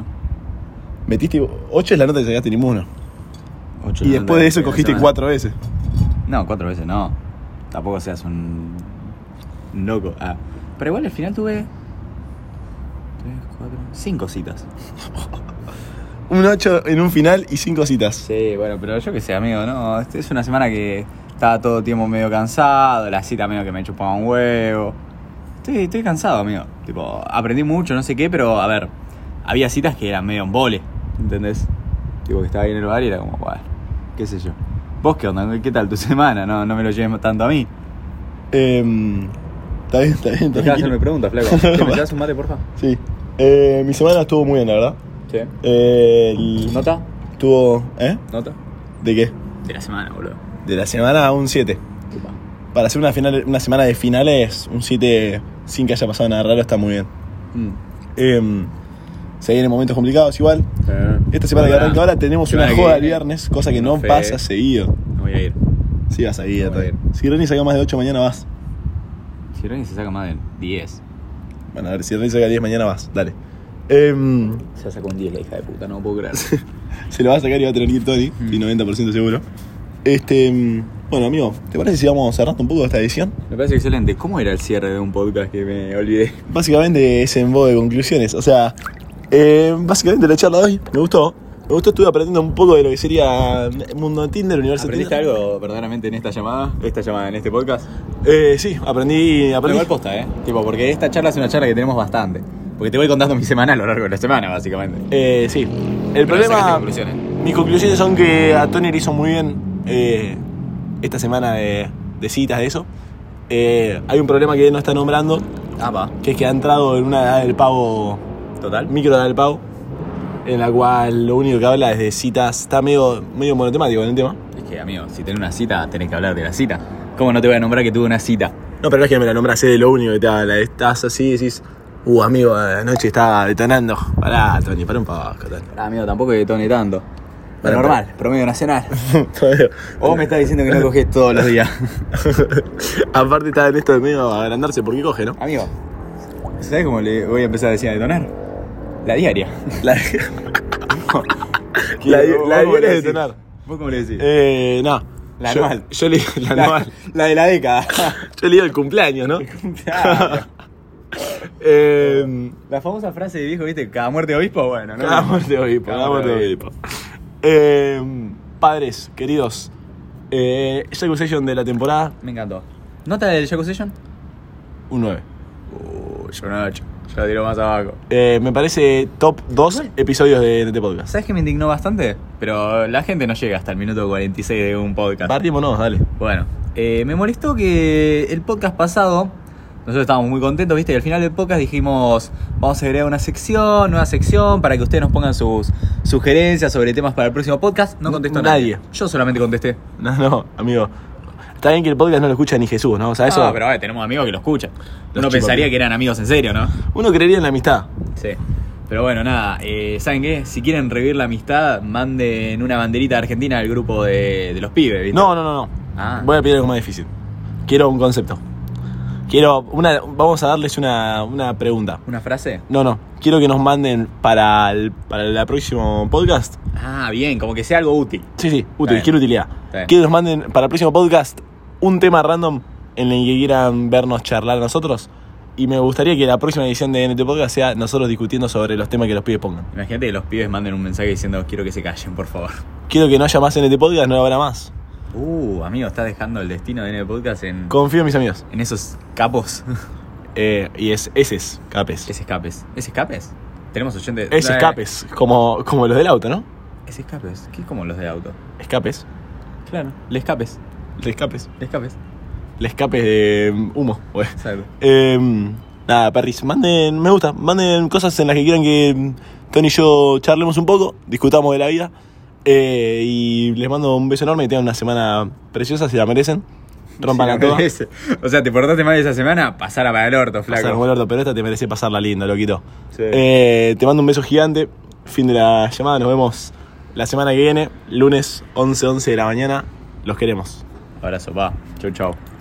S1: Metiste, ocho es la nota que sacaste ninguno. Y después de eso cogiste cuatro veces.
S2: No, cuatro veces no. Tampoco seas un. un loco. Ah. Pero igual al final tuve. 3, 4, 5 citas.
S1: Un ocho en un final y cinco citas.
S2: Sí, bueno, pero yo qué sé, amigo, no. este Es una semana que estaba todo el tiempo medio cansado, la cita medio que me chupaba un huevo. Estoy, estoy cansado, amigo. Tipo, aprendí mucho, no sé qué, pero a ver, había citas que eran medio en vole, ¿entendés? Tipo, que estaba ahí en el bar y era como, bueno, qué sé yo. ¿Vos qué onda? ¿Qué tal tu [LAUGHS] semana? No, no me lo lleves tanto a mí.
S1: Em, Está bien, está bien,
S2: Dejá de
S1: tranquilo.
S2: hacerme preguntas, [LAUGHS] flaco. ¿Te me llevas un mate, porfa?
S1: Sí. Eh, mi semana estuvo muy bien, la verdad.
S2: Sí.
S1: Eh, el-
S2: ¿Nota?
S1: Tuvo. ¿Eh?
S2: ¿Nota?
S1: ¿De qué?
S2: De la semana, boludo.
S1: De la semana a un 7.
S2: Upa.
S1: Para hacer una, final, una semana de finales, un 7 sin que haya pasado nada raro está muy bien.
S2: Mm.
S1: Em, se vienen momentos complicados igual. Esta semana que
S2: Hola.
S1: arranca ahora tenemos una
S2: Semana que
S1: joda el
S2: viene.
S1: viernes, cosa que no
S2: Fe.
S1: pasa seguido.
S2: No voy a ir.
S1: Sí, vas a ir.
S2: Muy bien.
S1: Si Renny saca más de 8, mañana vas.
S2: Si Ronnie se saca más de 10.
S1: Bueno, a ver, si Renny saca 10, mañana vas. Dale. Em,
S2: Se sacó un 10 la hija de puta, no puedo creer.
S1: se lo va a sacar y va a tener que ir Tony,
S2: Mm.
S1: estoy 90% seguro. Este, mm, bueno, amigo, ¿te parece si vamos cerrando un poco esta edición?
S2: [LAUGHS] Me parece excelente. ¿Cómo era el cierre de un podcast que me olvidé?
S1: Básicamente es en modo de conclusiones. O sea, eh, básicamente la charla de hoy me gustó. Me gustó, estuve aprendiendo un poco de lo que sería el mundo de Tinder, universo
S2: ¿Aprendiste
S1: Tinder.
S2: algo verdaderamente en esta llamada? Esta llamada, en este podcast.
S1: Eh, sí, aprendí.
S2: Pero
S1: aprendí.
S2: igual posta, ¿eh? Tipo, porque esta charla es una charla que tenemos bastante. Porque te voy contando mi semana a lo largo de la semana, básicamente.
S1: Eh, sí. El
S2: Pero sacaste
S1: problema.
S2: conclusiones.
S1: Mis conclusiones son que a Tony le hizo muy bien eh, esta semana de, de citas, de eso. Eh, hay un problema que él no está nombrando,
S2: Ah, va.
S1: que es que ha entrado en una edad del pavo,
S2: Total.
S1: micro edad del pavo. en la cual lo único que habla es de citas. Está medio, medio monotemático en el tema.
S2: Es que, amigo, si tenés una cita, tenés que hablar de la cita. ¿Cómo no te voy a nombrar que tuve una cita?
S1: No, pero no es que me la nombras de lo único que te habla. Estás así y decís, uh, amigo, anoche estaba detonando. Pará, Tony, pará un poco, [LAUGHS] Tony.
S2: Ah, amigo, tampoco que detone tanto. Lo
S1: Bueno,
S2: normal, promedio [LAUGHS] nacional. O me estás diciendo que no coges todos los [LAUGHS] días.
S1: [LAUGHS] Aparte está en esto de medio agrandarse porque coge, ¿no?
S2: Amigo, ¿sabes cómo le voy a empezar a decir a detonar? La diaria. [LAUGHS]
S1: La, La di-
S2: ¿Vos
S1: la diaria
S2: cómo le
S1: es
S2: decís?
S1: detonar.
S2: ¿Vos cómo le decís?
S1: eh, no.
S2: La
S1: yo,
S2: anual.
S1: Yo [LAUGHS] le la anual.
S2: la de
S1: [LAUGHS]
S2: la década.
S1: Yo le digo el cumpleaños, ¿no? eh,
S2: la famosa frase de viejo, viste, cada muerte de obispo, bueno, ¿no?
S1: Cada muerte obispo, cada muerte obispo. Eh, padres, queridos. Eh, Jack Session de la temporada
S2: Me encantó. ¿Nota del Jaco Session?
S1: un 9.
S2: Uh, yo no, yo la tiro más abajo.
S1: Eh, me parece top 2
S2: Igual.
S1: episodios de, este podcast.
S2: ¿Sabes que me indignó bastante? Pero la gente no llega hasta el minuto 46 de un podcast.
S1: Partimos, dale.
S2: Bueno, eh, me molestó que el podcast pasado, nosotros estábamos muy contentos, ¿viste? Y al final del podcast dijimos, vamos a agregar una sección, nueva sección, para que ustedes nos pongan sus sugerencias sobre temas para el próximo podcast. No contestó
S1: Nadie.
S2: nadie. Yo solamente contesté.
S1: No, no, amigo. Está bien que el podcast no lo escucha ni Jesús, ¿no? O sea, eso.
S2: Ah, pero eh, tenemos amigos que lo escuchan.
S1: Los
S2: Uno
S1: chicos,
S2: pensaría
S1: ¿no?
S2: que eran amigos en serio, ¿no?
S1: Uno creería en la amistad.
S2: Sí. Pero bueno, nada, eh, ¿saben qué? Si quieren revivir la amistad, manden una banderita de Argentina al grupo de, de los pibes, ¿viste?
S1: No, no, no, no.
S2: Ah.
S1: Voy a pedir algo más difícil. Quiero un concepto. Quiero una. Vamos a darles una, una pregunta.
S2: ¿Una frase?
S1: No, no. Quiero que nos manden para el, para el próximo podcast.
S2: Ah, bien, como que sea algo útil.
S1: Sí, sí, útil,
S2: bien.
S1: quiero utilidad.
S2: Está bien.
S1: Quiero que nos manden para el próximo podcast un tema random en el que quieran vernos charlar nosotros. Y me gustaría que la próxima edición de NT Podcast sea nosotros discutiendo sobre los temas que los pibes pongan.
S2: Imagínate que los pibes manden un mensaje diciendo quiero que se callen, por favor.
S1: Quiero que no haya más NT Podcast, no habrá más.
S2: Uh, amigo, estás dejando el destino de N Podcast en,
S1: Confío en mis amigos.
S2: en esos capos.
S1: Eh, y es eses, capes.
S2: [LAUGHS] es eh. escapes. ¿Es escapes? Tenemos 80.
S1: Es escapes, como, como los del auto, ¿no?
S2: Es escapes. ¿Qué es como los de auto?
S1: Escapes.
S2: Claro. Le escapes.
S1: Le escapes.
S2: Le escapes.
S1: Le escapes de mm, humo. güey.
S2: Exacto.
S1: Em, nada, perris, manden, me gusta, manden cosas en las que quieran que mm, Tony y yo charlemos un poco, discutamos de la vida. eh, y les mando un beso enorme y tengan una semana preciosa, si la merecen. Rompan
S2: Sí,
S1: la toda.
S2: merece. O sea, te portaste mal esa semana, pasara para el orto, flaco.
S1: Pasar como el orto, pero esta te merece pasarla lindo, loquito.
S2: Sí.
S1: Eh, te mando un beso gigante. Fin de la llamada, nos vemos la semana que viene, lunes 11, 11 de la mañana. Los queremos.
S2: Abrazo, pa. Chau, chau.